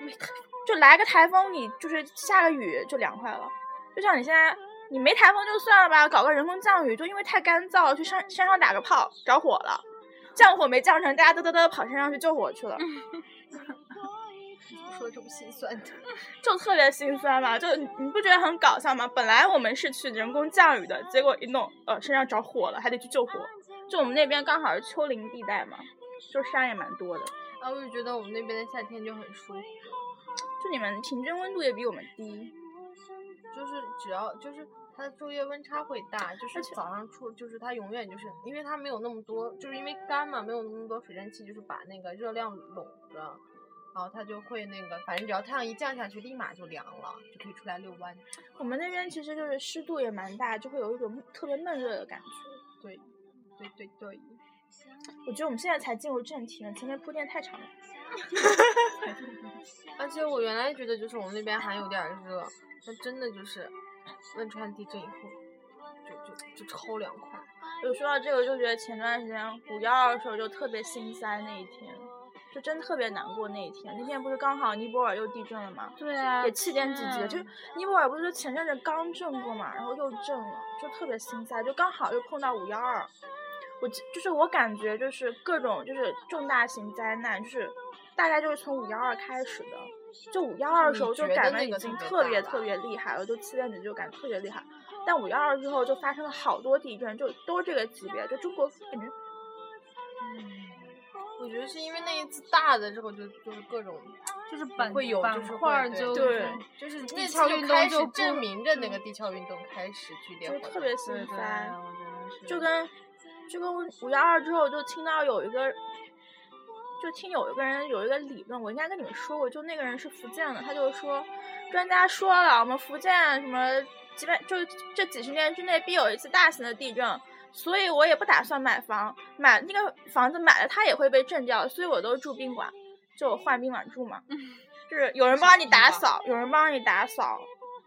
[SPEAKER 1] 没台风就来个台风，你就是下个雨就凉快了。就像你现在，你没台风就算了吧，搞个人工降雨，就因为太干燥了，去山山上打个炮着火了，降火没降成，大家嘚嘚嘚跑山上去救火去了。
[SPEAKER 3] 不说这么心酸的。
[SPEAKER 1] 就特别心酸吧，就你你不觉得很搞笑吗？本来我们是去人工降雨的，结果一弄，呃，身上着火了，还得去救火。就我们那边刚好是丘陵地带嘛，就山也蛮多的。
[SPEAKER 3] 啊，我就觉得我们那边的夏天就很舒服，
[SPEAKER 1] 就你们平均温度也比我们低，
[SPEAKER 3] 就是只要就是它的昼夜温差会大，就是早上出就是它永远就是因为它没有那么多，就是因为干嘛没有那么多水蒸气，就是把那个热量拢着。然后它就会那个，反正只要太阳一降下去，立马就凉了，就可以出来遛弯。
[SPEAKER 1] 我们那边其实就是湿度也蛮大，就会有一种特别闷热的感觉。
[SPEAKER 3] 对，对对对，
[SPEAKER 1] 我觉得我们现在才进入正题呢，前面铺垫太长了。
[SPEAKER 3] 而且我原来觉得就是我们那边还有点儿热，但真的就是汶川地震以后，就就就超凉快。
[SPEAKER 1] 有说到这个，就觉得前段时间五幺二的时候就特别心塞那一天，就真特别难过那一天。那天不是刚好尼泊尔又地震了吗？
[SPEAKER 4] 对啊
[SPEAKER 1] 也七点几级了，就
[SPEAKER 4] 天
[SPEAKER 3] 嗯
[SPEAKER 1] 是尼泊尔不是前阵子刚震过嘛，然后又震了，就特别心塞，就刚好又碰到五幺二。我记就是我感觉就是各种就是重大型灾难，就是大概就是从五幺二开始的。就五幺二的时候
[SPEAKER 3] 你
[SPEAKER 1] 就
[SPEAKER 3] 觉
[SPEAKER 1] 感
[SPEAKER 3] 得
[SPEAKER 1] 觉
[SPEAKER 3] 那
[SPEAKER 1] 已
[SPEAKER 3] 个
[SPEAKER 1] 经
[SPEAKER 3] 特别
[SPEAKER 1] 特
[SPEAKER 3] 大
[SPEAKER 1] 别
[SPEAKER 3] 吧
[SPEAKER 1] 特别厉害了，就七点几就感觉特别厉害。但五幺二之后就发生了好多地震，就都是这个级别，就中国感觉
[SPEAKER 3] 我觉得是因为那一次大的之后就就是各种
[SPEAKER 4] 就是板
[SPEAKER 3] 会有
[SPEAKER 4] 板
[SPEAKER 3] 就是
[SPEAKER 4] 块
[SPEAKER 3] 会
[SPEAKER 4] 儿
[SPEAKER 3] 对
[SPEAKER 4] 就
[SPEAKER 1] 对
[SPEAKER 3] 就是
[SPEAKER 4] 地
[SPEAKER 3] 那
[SPEAKER 4] 壳
[SPEAKER 3] 次
[SPEAKER 4] 运
[SPEAKER 3] 就
[SPEAKER 4] 动
[SPEAKER 3] 开始
[SPEAKER 4] 就不嗯
[SPEAKER 3] 证明着那个地壳运动开始剧烈
[SPEAKER 1] 就
[SPEAKER 3] 火
[SPEAKER 1] 是
[SPEAKER 3] 了，
[SPEAKER 1] 特别心
[SPEAKER 4] 对对，啊
[SPEAKER 1] 塞。
[SPEAKER 4] 我觉得是
[SPEAKER 1] 就跟就跟五幺二之后，就听到有一个，就听有一个人有一个理论，我应该跟你们说过，就那个人是福建的，他就说专家说了，我们福建什么几百，就这几十年之内必有一次大型的地震。所以我也不打算买房，买那个房子买了它也会被震掉，所以我都住宾馆，就换宾馆住嘛。就是有人帮你打扫，有人帮你打扫，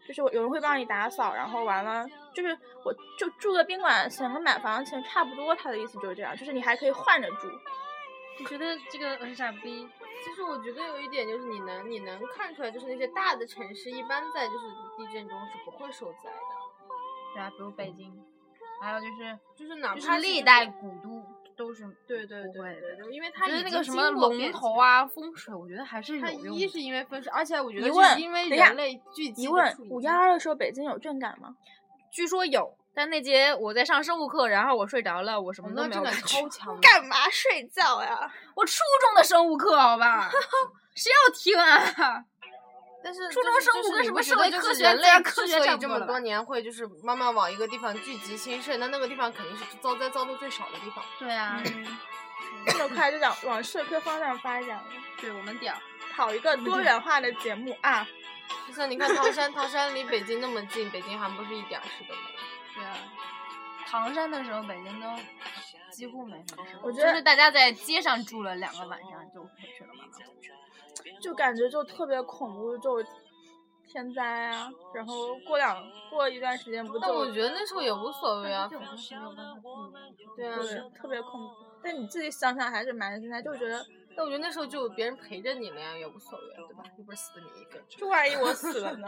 [SPEAKER 1] 就是有人会帮你打扫，然后完了就是我就住个宾馆，省个买房钱差不多，他的意思就是这样，就是你还可以换着住。
[SPEAKER 4] 你觉得这个很傻逼，
[SPEAKER 3] 其实我觉得有一点就是你能你能看出来，就是那些大的城市一般在就是地震中是不会受灾的，
[SPEAKER 4] 对啊，比如北京，还有就是
[SPEAKER 3] 就是哪
[SPEAKER 4] 就
[SPEAKER 3] 怕
[SPEAKER 4] 是
[SPEAKER 3] 是
[SPEAKER 4] 历
[SPEAKER 3] 就
[SPEAKER 4] 代
[SPEAKER 3] 是
[SPEAKER 4] 古都都是
[SPEAKER 3] 对对
[SPEAKER 4] 不会
[SPEAKER 3] 对对
[SPEAKER 4] 的。
[SPEAKER 3] 对，因为
[SPEAKER 4] 我
[SPEAKER 3] 它
[SPEAKER 4] 觉得
[SPEAKER 3] 已
[SPEAKER 4] 那
[SPEAKER 3] 经
[SPEAKER 4] 个什
[SPEAKER 3] 经
[SPEAKER 4] 么
[SPEAKER 3] 过
[SPEAKER 4] 龙
[SPEAKER 3] 变
[SPEAKER 4] 头
[SPEAKER 3] 迁，
[SPEAKER 4] 啊、风水，我觉得还是有
[SPEAKER 3] 它
[SPEAKER 4] 用
[SPEAKER 3] 一是
[SPEAKER 4] 的。
[SPEAKER 3] 因为分水，而且我觉
[SPEAKER 1] 一
[SPEAKER 3] 得
[SPEAKER 1] 问
[SPEAKER 3] 是因为
[SPEAKER 1] 等一下
[SPEAKER 3] 人类聚集
[SPEAKER 1] 一
[SPEAKER 3] 的
[SPEAKER 1] 问
[SPEAKER 3] 处于
[SPEAKER 1] 五幺二的时候，北京有震感吗？
[SPEAKER 4] 据说有，但那节我在上生物课，然后我睡着了，我什
[SPEAKER 3] 我
[SPEAKER 4] 么
[SPEAKER 3] 们那
[SPEAKER 4] 都
[SPEAKER 3] 真
[SPEAKER 4] 没有
[SPEAKER 3] 的
[SPEAKER 4] 感觉。
[SPEAKER 3] 超强的，
[SPEAKER 1] 干嘛睡觉呀？
[SPEAKER 4] 我初中的生物课，好 吧，谁要听啊？
[SPEAKER 3] 但是
[SPEAKER 4] 初
[SPEAKER 3] 就
[SPEAKER 4] 中
[SPEAKER 3] 是
[SPEAKER 4] 生
[SPEAKER 3] 就
[SPEAKER 4] 物
[SPEAKER 3] 是
[SPEAKER 4] 跟
[SPEAKER 3] 你
[SPEAKER 4] 什
[SPEAKER 3] 不觉
[SPEAKER 4] 么社
[SPEAKER 3] 得
[SPEAKER 4] 会
[SPEAKER 3] 就
[SPEAKER 4] 科
[SPEAKER 3] 是
[SPEAKER 4] 学
[SPEAKER 3] 人
[SPEAKER 4] 自
[SPEAKER 3] 类
[SPEAKER 4] 然
[SPEAKER 3] 之
[SPEAKER 4] 科学
[SPEAKER 3] 所以
[SPEAKER 4] 差不
[SPEAKER 3] 这
[SPEAKER 4] 多
[SPEAKER 3] 么
[SPEAKER 4] 了
[SPEAKER 3] 多
[SPEAKER 4] 吧
[SPEAKER 3] 年会就是慢慢往一个地方聚集兴盛，那那个地方肯定是遭灾遭的最少的地方。
[SPEAKER 4] 对啊，
[SPEAKER 1] 这么嗯快就想往社科方向发展了，
[SPEAKER 4] 对我们点儿。
[SPEAKER 1] 跑一个多元化的节目啊！
[SPEAKER 3] 就像 你看唐山，唐山离北京那么近，北京还不是一点儿事都没有。
[SPEAKER 4] 对啊，唐山的时候，北京都几乎没什么事儿。
[SPEAKER 1] 我觉
[SPEAKER 4] 就
[SPEAKER 1] 得
[SPEAKER 4] 是大家在街上住了两个晚上就回去了嘛。
[SPEAKER 1] 就感觉就特别恐怖，就天灾啊，然后过两过一段时间不
[SPEAKER 3] 但我
[SPEAKER 1] 就
[SPEAKER 3] 觉得那时候也无所谓啊
[SPEAKER 4] 这，种东西没有办法避免。
[SPEAKER 3] 对啊。
[SPEAKER 1] 对特别恐怖。但你自己想想还是蛮心塞，就觉得
[SPEAKER 3] 但我觉得那时候就有别人陪着你了呀，也无所谓，啊对吧？又不是死你一个。
[SPEAKER 1] 就万一我死了呢，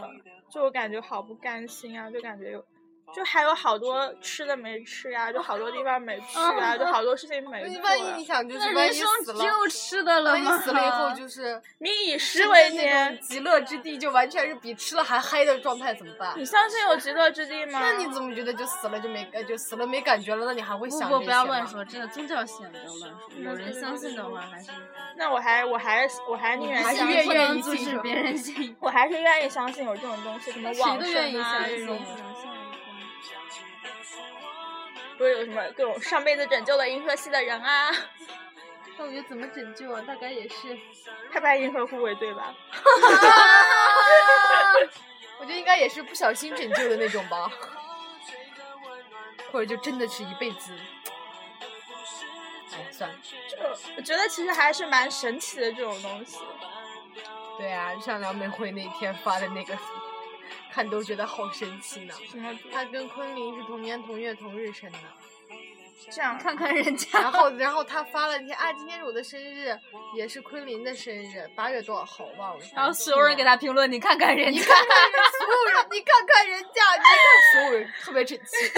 [SPEAKER 1] 就感觉好不甘心啊，就感觉有
[SPEAKER 3] 哦
[SPEAKER 1] 就还有好多吃的没吃呀、就好多 地方没去啊，就好多事情没做、
[SPEAKER 3] 万一嗯你
[SPEAKER 1] 啊。
[SPEAKER 3] 想就是
[SPEAKER 4] 那
[SPEAKER 3] 万
[SPEAKER 4] 人
[SPEAKER 3] 一
[SPEAKER 4] 生
[SPEAKER 3] 死
[SPEAKER 4] 只
[SPEAKER 3] 了，
[SPEAKER 4] 有吃的了
[SPEAKER 3] 万
[SPEAKER 4] 吗？
[SPEAKER 3] 一死了以后就是
[SPEAKER 1] 民以食
[SPEAKER 3] 真
[SPEAKER 1] 为
[SPEAKER 3] 的
[SPEAKER 1] 天
[SPEAKER 3] 那种，极乐之地，就完全是比吃了还嗨的状态，怎么办？
[SPEAKER 1] 你相信有极乐之地吗？
[SPEAKER 3] 那你怎么觉得就死了就没呃就死了没感觉了？那你还会
[SPEAKER 4] 不
[SPEAKER 3] 想
[SPEAKER 4] 不
[SPEAKER 3] 这
[SPEAKER 4] 不要
[SPEAKER 3] 些
[SPEAKER 4] 乱
[SPEAKER 3] 吗。
[SPEAKER 4] 说，真的宗教信仰不要乱说。有人相信的话，还是
[SPEAKER 1] 那我还我还是我还宁愿
[SPEAKER 3] 还是
[SPEAKER 1] 相
[SPEAKER 3] 愿
[SPEAKER 1] 信
[SPEAKER 4] 不
[SPEAKER 3] 愿
[SPEAKER 4] 能
[SPEAKER 3] 意
[SPEAKER 4] 阻
[SPEAKER 3] 信
[SPEAKER 4] 止
[SPEAKER 3] 是
[SPEAKER 4] 别人信，
[SPEAKER 1] 我还是愿意相信有这种东西， 什么
[SPEAKER 4] 谁
[SPEAKER 1] 往
[SPEAKER 4] 都愿意
[SPEAKER 1] 生啊
[SPEAKER 4] 相
[SPEAKER 1] 这
[SPEAKER 4] 信
[SPEAKER 1] 种，
[SPEAKER 4] 相信
[SPEAKER 1] 不是有什么各种上辈子拯救了银河系的人啊，
[SPEAKER 3] 嗯那我觉得怎么拯救啊？大概也是，
[SPEAKER 1] 拍拍银河护卫队吧。
[SPEAKER 3] 我觉得应该也是不小心拯救的那种吧，或者就真的是一辈子。哎，算了。
[SPEAKER 1] 就我觉得其实还是蛮神奇的这种东西。
[SPEAKER 3] 对啊，就像梁美惠那天发的那个，看都觉得好神奇呢。
[SPEAKER 1] 什么
[SPEAKER 3] 她跟昆凌是同年同月同日生的，
[SPEAKER 1] 这样
[SPEAKER 4] 看看人家。
[SPEAKER 3] 然后然后她发了一天啊，今天是我的生日，也是昆凌的生日，八月多少号忘了。
[SPEAKER 4] 然后所有人给
[SPEAKER 3] 她，
[SPEAKER 4] 他评论，你看看人
[SPEAKER 3] 你
[SPEAKER 4] 家，
[SPEAKER 3] 看看人，所有人，你看看人家，你看所有人特别整齐，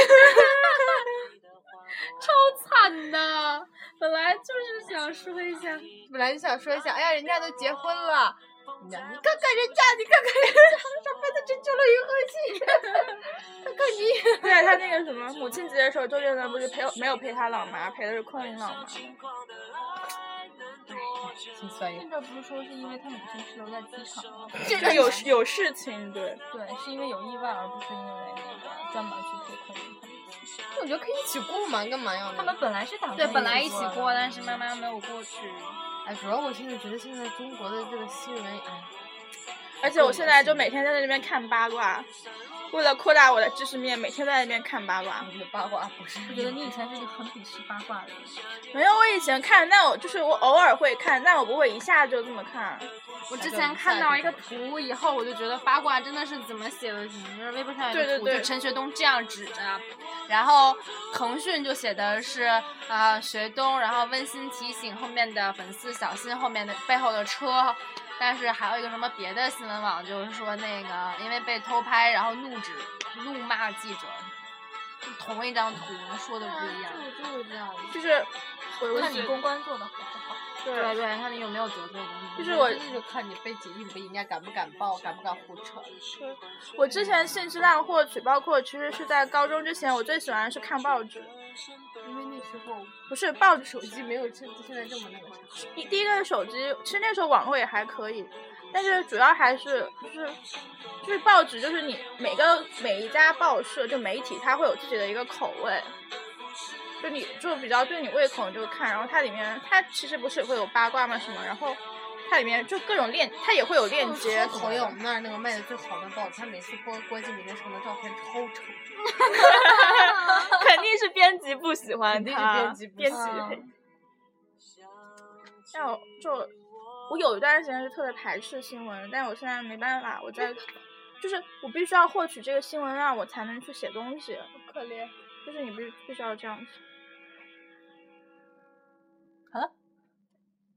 [SPEAKER 4] 超惨的。本来就是想说一下，
[SPEAKER 3] 本来就想说一下，哎呀，人家都结婚了。人家你看看人家，你看看人家，上辈子拯救了银河系，看看你。
[SPEAKER 1] 对啊，他那个什么母亲节的时候，周杰伦不是陪没有陪他老妈，陪的是昆凌老妈吗。
[SPEAKER 3] 心酸呀。
[SPEAKER 2] 那个不是说是因为他母亲滞留在机场吗？
[SPEAKER 1] 就是有有事情，对，
[SPEAKER 2] 对，是因为有意外，而不是因为那个专门去陪昆凌。
[SPEAKER 3] 我觉得可以一起过嘛，干嘛要呢？
[SPEAKER 2] 他们本来是打算
[SPEAKER 4] 对，本来一起
[SPEAKER 2] 的
[SPEAKER 4] 过，但是妈妈没有过去。
[SPEAKER 3] 哎，主要我现在觉得现在中国的这个新闻，哎，
[SPEAKER 1] 而且我现在就每天在那边看八卦，为了扩大我的知识面，每天在那边看八卦。
[SPEAKER 3] 你的八卦不是？
[SPEAKER 2] 我觉得你以前是一个很鄙视八卦的人，
[SPEAKER 1] 没有，我以前看，但我就是我偶尔会看，但我不会一下就这么看。
[SPEAKER 4] 我之前看到一个图以后，我就觉得八卦真的是怎么写的，就是微博上有
[SPEAKER 1] 对对
[SPEAKER 4] 个图，
[SPEAKER 1] 对
[SPEAKER 4] 就陈学冬这样指着，然后腾讯就写的是啊、学冬，然后温馨提醒后面的粉丝小心后面的背后的车。但是还有一个什么别的新闻网，就是说那个因为被偷拍，然后怒指怒骂记者，就同一张图说的不一样。
[SPEAKER 3] 就是这样。
[SPEAKER 1] 就是我
[SPEAKER 2] 看你公关做的好不好。
[SPEAKER 1] 对
[SPEAKER 4] 对，看你有没有得罪人。
[SPEAKER 1] 就是我
[SPEAKER 3] 就是看你背景硬不硬，你敢不敢爆，敢不敢胡扯。
[SPEAKER 1] 我之前兴致滥获取，包括其实是在高中之前，我最喜欢的是看报纸，
[SPEAKER 3] 因为那时候
[SPEAKER 1] 不是报纸，
[SPEAKER 3] 手机没有现现在这么那个啥。
[SPEAKER 1] 一第一个是手机，其实那时候网络也还可以，但是主要还是就是就是报纸，就是你每个每一家报社就媒体，它会有自己的一个口味，就你就比较对你胃口你就看，然后它里面它其实不是也会有八卦嘛什么，然后它里面就各种链，它也会有链接什么
[SPEAKER 3] 嗯朋
[SPEAKER 1] 的
[SPEAKER 3] 友我们那儿那个卖的最好的报纸，他每次播郭敬明跟成龙照片超丑。
[SPEAKER 1] 肯定是编辑部喜欢
[SPEAKER 3] 肯定是
[SPEAKER 1] 他，
[SPEAKER 3] 编辑部喜欢
[SPEAKER 1] 编辑但我就我有一段时间是特别排斥新闻，但我现在没办法，我在就是我必须要获取这个新闻量，我才能去写东西。
[SPEAKER 3] 可怜。
[SPEAKER 1] 就是你必须必须要这样子。
[SPEAKER 2] 好了，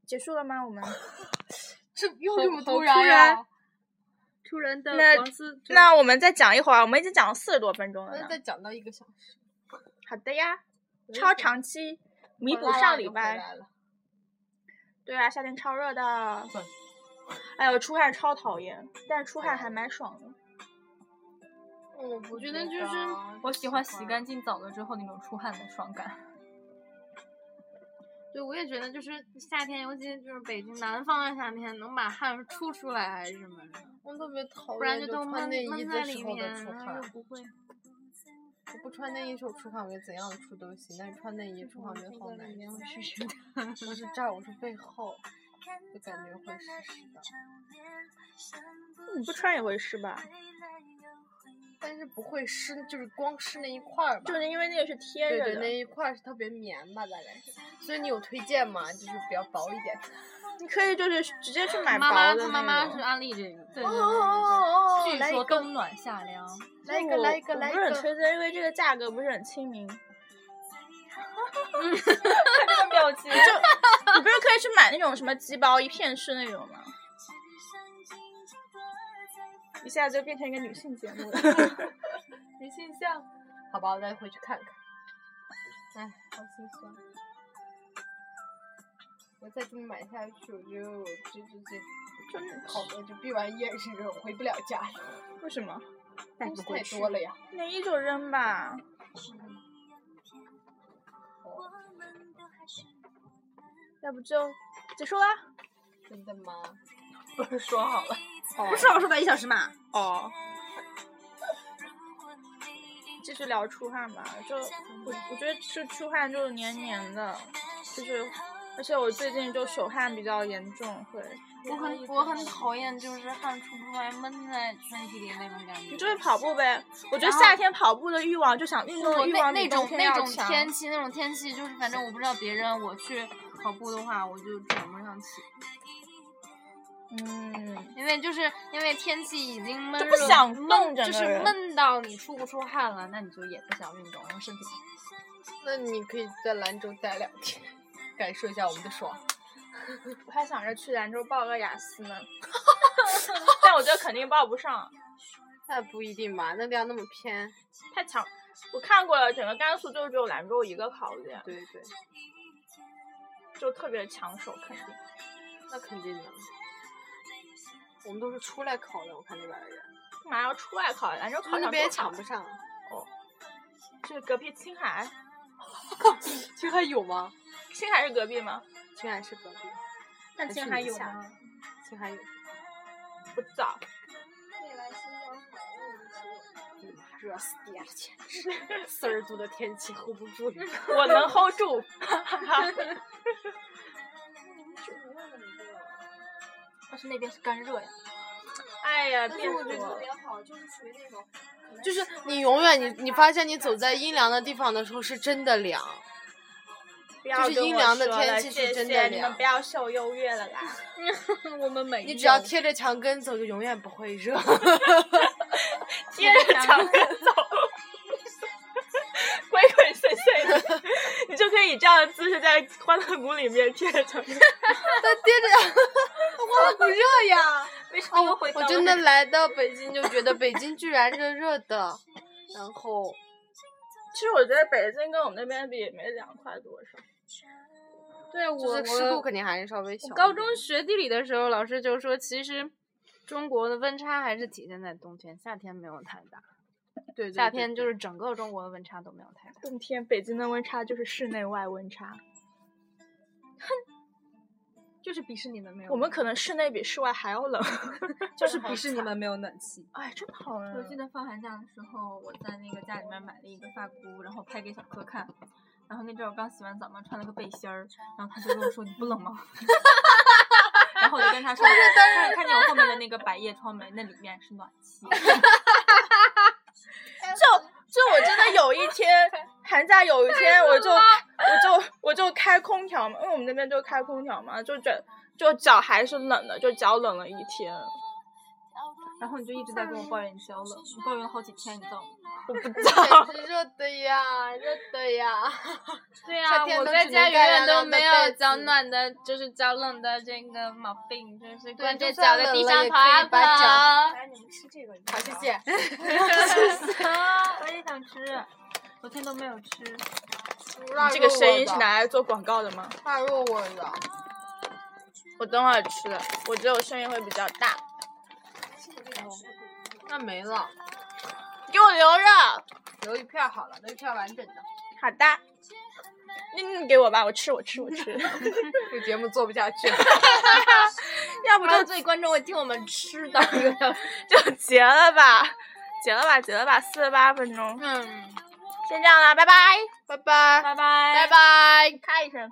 [SPEAKER 1] 结束了吗？ 我们
[SPEAKER 3] 这又这么
[SPEAKER 4] 好突
[SPEAKER 3] 然
[SPEAKER 4] 然啊
[SPEAKER 3] 呀？
[SPEAKER 4] 突然的
[SPEAKER 1] 那
[SPEAKER 4] 黄丝就
[SPEAKER 1] 那我们再讲一会儿，我们已经讲了四十多分钟了
[SPEAKER 3] 那
[SPEAKER 1] 呢。
[SPEAKER 3] 再讲到一个小时，
[SPEAKER 1] 好的呀，超长期弥补上礼
[SPEAKER 3] 我拉拉
[SPEAKER 1] 拜。
[SPEAKER 3] 就回来了
[SPEAKER 1] 对啊，夏天超热的
[SPEAKER 3] 对。
[SPEAKER 1] 哎呦，出汗超讨厌，但是出汗还蛮爽的。
[SPEAKER 3] 嗯我不
[SPEAKER 2] 我觉得就是我喜欢洗干净澡了之后那种出汗的爽感。
[SPEAKER 4] 对，我也觉得就是夏天，尤其就是北京南方的夏天，能把汗出出来还是什么的，
[SPEAKER 3] 我特别讨厌，
[SPEAKER 4] 不然就都
[SPEAKER 3] 穿
[SPEAKER 4] 闷
[SPEAKER 3] 内衣
[SPEAKER 4] 闷在
[SPEAKER 3] 的时
[SPEAKER 4] 里
[SPEAKER 3] 候
[SPEAKER 4] 面，啊
[SPEAKER 3] 的出
[SPEAKER 4] 然后
[SPEAKER 3] 汗
[SPEAKER 4] 又。不会。
[SPEAKER 3] 我不穿内衣的时候出汗，我觉得怎样出都行，但是穿内衣出汗，我觉得好难受。 我是这儿，我是背后，就感觉会湿湿的，
[SPEAKER 1] 你不穿也会湿吧？
[SPEAKER 3] 但是不会湿，就是光湿那一块儿吧。
[SPEAKER 1] 就是因为那个是贴
[SPEAKER 3] 嗯对
[SPEAKER 1] 着
[SPEAKER 3] 对，
[SPEAKER 1] 的。
[SPEAKER 3] 那一块儿是特别棉吧，大概是。所以你有推荐吗？就是比较薄一 点。
[SPEAKER 1] 你可以就是直接去买
[SPEAKER 4] 妈妈，
[SPEAKER 1] 薄的
[SPEAKER 4] 她妈
[SPEAKER 1] 那
[SPEAKER 4] 妈
[SPEAKER 1] 种
[SPEAKER 4] 是安利这个的，
[SPEAKER 2] 对
[SPEAKER 3] 哦哦
[SPEAKER 2] 对对对
[SPEAKER 3] 哦
[SPEAKER 2] 对，
[SPEAKER 3] 来
[SPEAKER 2] 据
[SPEAKER 3] 一
[SPEAKER 2] 说
[SPEAKER 3] 个，
[SPEAKER 2] 冬暖夏凉。
[SPEAKER 3] 来一
[SPEAKER 1] 我
[SPEAKER 3] 个，来一个，
[SPEAKER 1] 我
[SPEAKER 3] 来一
[SPEAKER 1] 不是很
[SPEAKER 3] 个。
[SPEAKER 1] 推荐，因为这个价格不是很亲民。看这个表情， 就你不是可以去买那种什么鸡包一片式那种吗？一下就变成一个女性节目了。
[SPEAKER 2] 女性向，
[SPEAKER 3] 好吧，我再回去看看。哎，好心酸。我再这么买下去，我觉得我这这这真的考我就毕完业这个回不了家了，
[SPEAKER 1] 为什么？
[SPEAKER 3] 东西太多了呀。
[SPEAKER 1] 内衣就扔吧。要不就结束啦？
[SPEAKER 3] 真的吗？不是说好了？
[SPEAKER 2] 哦
[SPEAKER 6] 不是我说白一小时嘛？
[SPEAKER 1] 哦。继续聊出汗吧，就我我觉得是出汗就是黏黏的，就是而且我最近就手汗比较严重，会
[SPEAKER 2] 我很我很讨厌，就是汗出不出来，闷在身体里那种感觉。
[SPEAKER 1] 你就会跑步呗。我觉得
[SPEAKER 2] 然后
[SPEAKER 1] 夏天跑步的欲望就想运动的欲
[SPEAKER 2] 那
[SPEAKER 1] 望
[SPEAKER 2] 那
[SPEAKER 1] 比
[SPEAKER 2] 种
[SPEAKER 1] 冬
[SPEAKER 2] 那
[SPEAKER 1] 要
[SPEAKER 2] 种
[SPEAKER 1] 强。
[SPEAKER 2] 天气，那种天气就是，反正我不知道别人，我去跑步的话，我就喘不上气，
[SPEAKER 1] 嗯，
[SPEAKER 2] 因为就是因为天气已经闷
[SPEAKER 1] 就不
[SPEAKER 2] 热
[SPEAKER 1] 想
[SPEAKER 2] 闷
[SPEAKER 1] 动整
[SPEAKER 2] 就
[SPEAKER 1] 个
[SPEAKER 2] 是
[SPEAKER 1] 人
[SPEAKER 2] 闷到你出不出汗了，那你就也不想运动，然后身体
[SPEAKER 3] 那你可以在兰州待两天，感受一下我们的爽。
[SPEAKER 1] 我还想着去兰州报个雅思 呢，但我觉得肯定报不上，
[SPEAKER 3] 那不一定吧，那地方那么偏。
[SPEAKER 1] 太强。我看过了，整个甘肃就只有兰州一个考点，
[SPEAKER 3] 对对，
[SPEAKER 1] 就特别抢手，肯定。
[SPEAKER 3] 那肯定的。我们都是出来考的，我看那边的人，
[SPEAKER 1] 干嘛要出外考？兰州考
[SPEAKER 3] 那
[SPEAKER 1] 场
[SPEAKER 3] 边也
[SPEAKER 1] 多好
[SPEAKER 3] 抢不上。
[SPEAKER 1] 是隔壁青海，
[SPEAKER 3] 青海有吗？
[SPEAKER 1] 青海是隔壁吗？
[SPEAKER 3] 青海是隔壁，
[SPEAKER 1] 但
[SPEAKER 3] 还
[SPEAKER 1] 青
[SPEAKER 3] 是
[SPEAKER 1] 海
[SPEAKER 3] 宁
[SPEAKER 1] 有
[SPEAKER 3] 夏
[SPEAKER 1] 吗？
[SPEAKER 3] 青海有。
[SPEAKER 1] 不知道。
[SPEAKER 3] 妈，嗯热死爹了，简直是！四十度的天气 hold 不住你。
[SPEAKER 1] 我能 hold 住。
[SPEAKER 2] 但是那边是干热呀。
[SPEAKER 1] 哎呀，
[SPEAKER 5] 但
[SPEAKER 1] 别
[SPEAKER 5] 是
[SPEAKER 1] 说
[SPEAKER 5] 我觉得特
[SPEAKER 1] 了
[SPEAKER 5] 别好，就是属于那种，
[SPEAKER 3] 就是你永远你你发现你走在阴凉的地方的时候是真的凉，
[SPEAKER 1] 不要
[SPEAKER 3] 就是
[SPEAKER 1] 跟
[SPEAKER 3] 阴
[SPEAKER 1] 我
[SPEAKER 3] 凉的
[SPEAKER 1] 说
[SPEAKER 3] 天
[SPEAKER 1] 了
[SPEAKER 3] 气是
[SPEAKER 1] 谢
[SPEAKER 3] 真的
[SPEAKER 1] 谢你们
[SPEAKER 3] 凉
[SPEAKER 1] 不要秀优越了啦。
[SPEAKER 2] 我们
[SPEAKER 4] 哎
[SPEAKER 2] 每
[SPEAKER 3] 你只要贴着墙根走，就永远不会热。
[SPEAKER 1] 接着墙根走，鬼鬼祟祟的，你就可以以这样的姿势在欢乐谷里面贴着墙根。
[SPEAKER 3] 不热呀！
[SPEAKER 1] 为什么又
[SPEAKER 3] 哦
[SPEAKER 1] 回，到
[SPEAKER 3] 我
[SPEAKER 1] 了
[SPEAKER 3] 真的来到北京就觉得北京居然热热的，然后
[SPEAKER 1] 其实我觉得北京跟我们那边比也没凉快多少。
[SPEAKER 4] 对我
[SPEAKER 3] 就是湿度肯定还是稍微小一点。
[SPEAKER 4] 我高中学地理的时候，老师就说，其实中国的温差还是体现在冬天，夏天没有太大。
[SPEAKER 3] 对对
[SPEAKER 4] 夏天就是整个中国的温差都没有太大。
[SPEAKER 1] 冬天北京的温差就是室内外温差，
[SPEAKER 4] 就是鄙视你们没有。
[SPEAKER 1] 我们可能室内比室外还要冷。
[SPEAKER 6] 就是鄙视你们没有暖气。
[SPEAKER 1] 哎，真好啊！
[SPEAKER 2] 我记得放寒假的时候，我在那个家里面买了一个发箍，然后拍给小柯看。然后那阵儿我刚洗完澡嘛，穿了个背心儿，然后他就跟我说：“你不冷吗？” 然后我就跟他说：“看看见我后面的那个百叶窗没？那里面是暖气。
[SPEAKER 1] 就我真的有一 天寒假有一天，我就我就我就开空调嘛，因为我们那边就开空调嘛，就觉就脚还是冷的，就脚冷了一天。”
[SPEAKER 2] 然后你就一直在跟我抱怨你脚冷，你抱怨了好几天，你知道吗？
[SPEAKER 1] 我不知道，
[SPEAKER 3] 简直热的呀，热的呀！
[SPEAKER 4] 对
[SPEAKER 3] 夏
[SPEAKER 4] 呀、
[SPEAKER 3] 天
[SPEAKER 4] 我
[SPEAKER 3] 都
[SPEAKER 4] 在
[SPEAKER 3] 只
[SPEAKER 4] 家
[SPEAKER 3] 能
[SPEAKER 4] 永
[SPEAKER 3] 盖凉
[SPEAKER 4] 远都
[SPEAKER 3] 凉的
[SPEAKER 4] 没
[SPEAKER 3] 被
[SPEAKER 4] 有
[SPEAKER 3] 子
[SPEAKER 4] 脚暖的，就是脚冷的这个毛病，就是光
[SPEAKER 3] 就
[SPEAKER 4] 着
[SPEAKER 3] 算
[SPEAKER 4] 脚在
[SPEAKER 3] 冷
[SPEAKER 4] 地
[SPEAKER 3] 了
[SPEAKER 4] 上
[SPEAKER 3] 也
[SPEAKER 4] 跑
[SPEAKER 3] 可以
[SPEAKER 4] 啊
[SPEAKER 3] 把脚
[SPEAKER 4] 跑。
[SPEAKER 3] 好，谢 谢。
[SPEAKER 2] 我也想吃，昨天都没有吃。
[SPEAKER 1] 这个声音是拿来做广告的吗？
[SPEAKER 3] 腊肉味儿的，
[SPEAKER 1] 我等会儿吃，我觉得我声音会比较大，
[SPEAKER 3] 那没了，
[SPEAKER 1] 给我留着。
[SPEAKER 3] 留一片儿好了，留一片儿完 整的。
[SPEAKER 1] 好的，你你给我吧，我吃我吃我 吃，
[SPEAKER 3] 这节目做不下去了。
[SPEAKER 1] 要不就
[SPEAKER 4] 最观众会听我们吃的，
[SPEAKER 1] 就结了吧，结了吧，结了吧，四十八分钟，嗯，先这样啦，拜拜，
[SPEAKER 3] 拜拜，
[SPEAKER 1] 拜拜，
[SPEAKER 3] 拜。
[SPEAKER 1] 咔一声。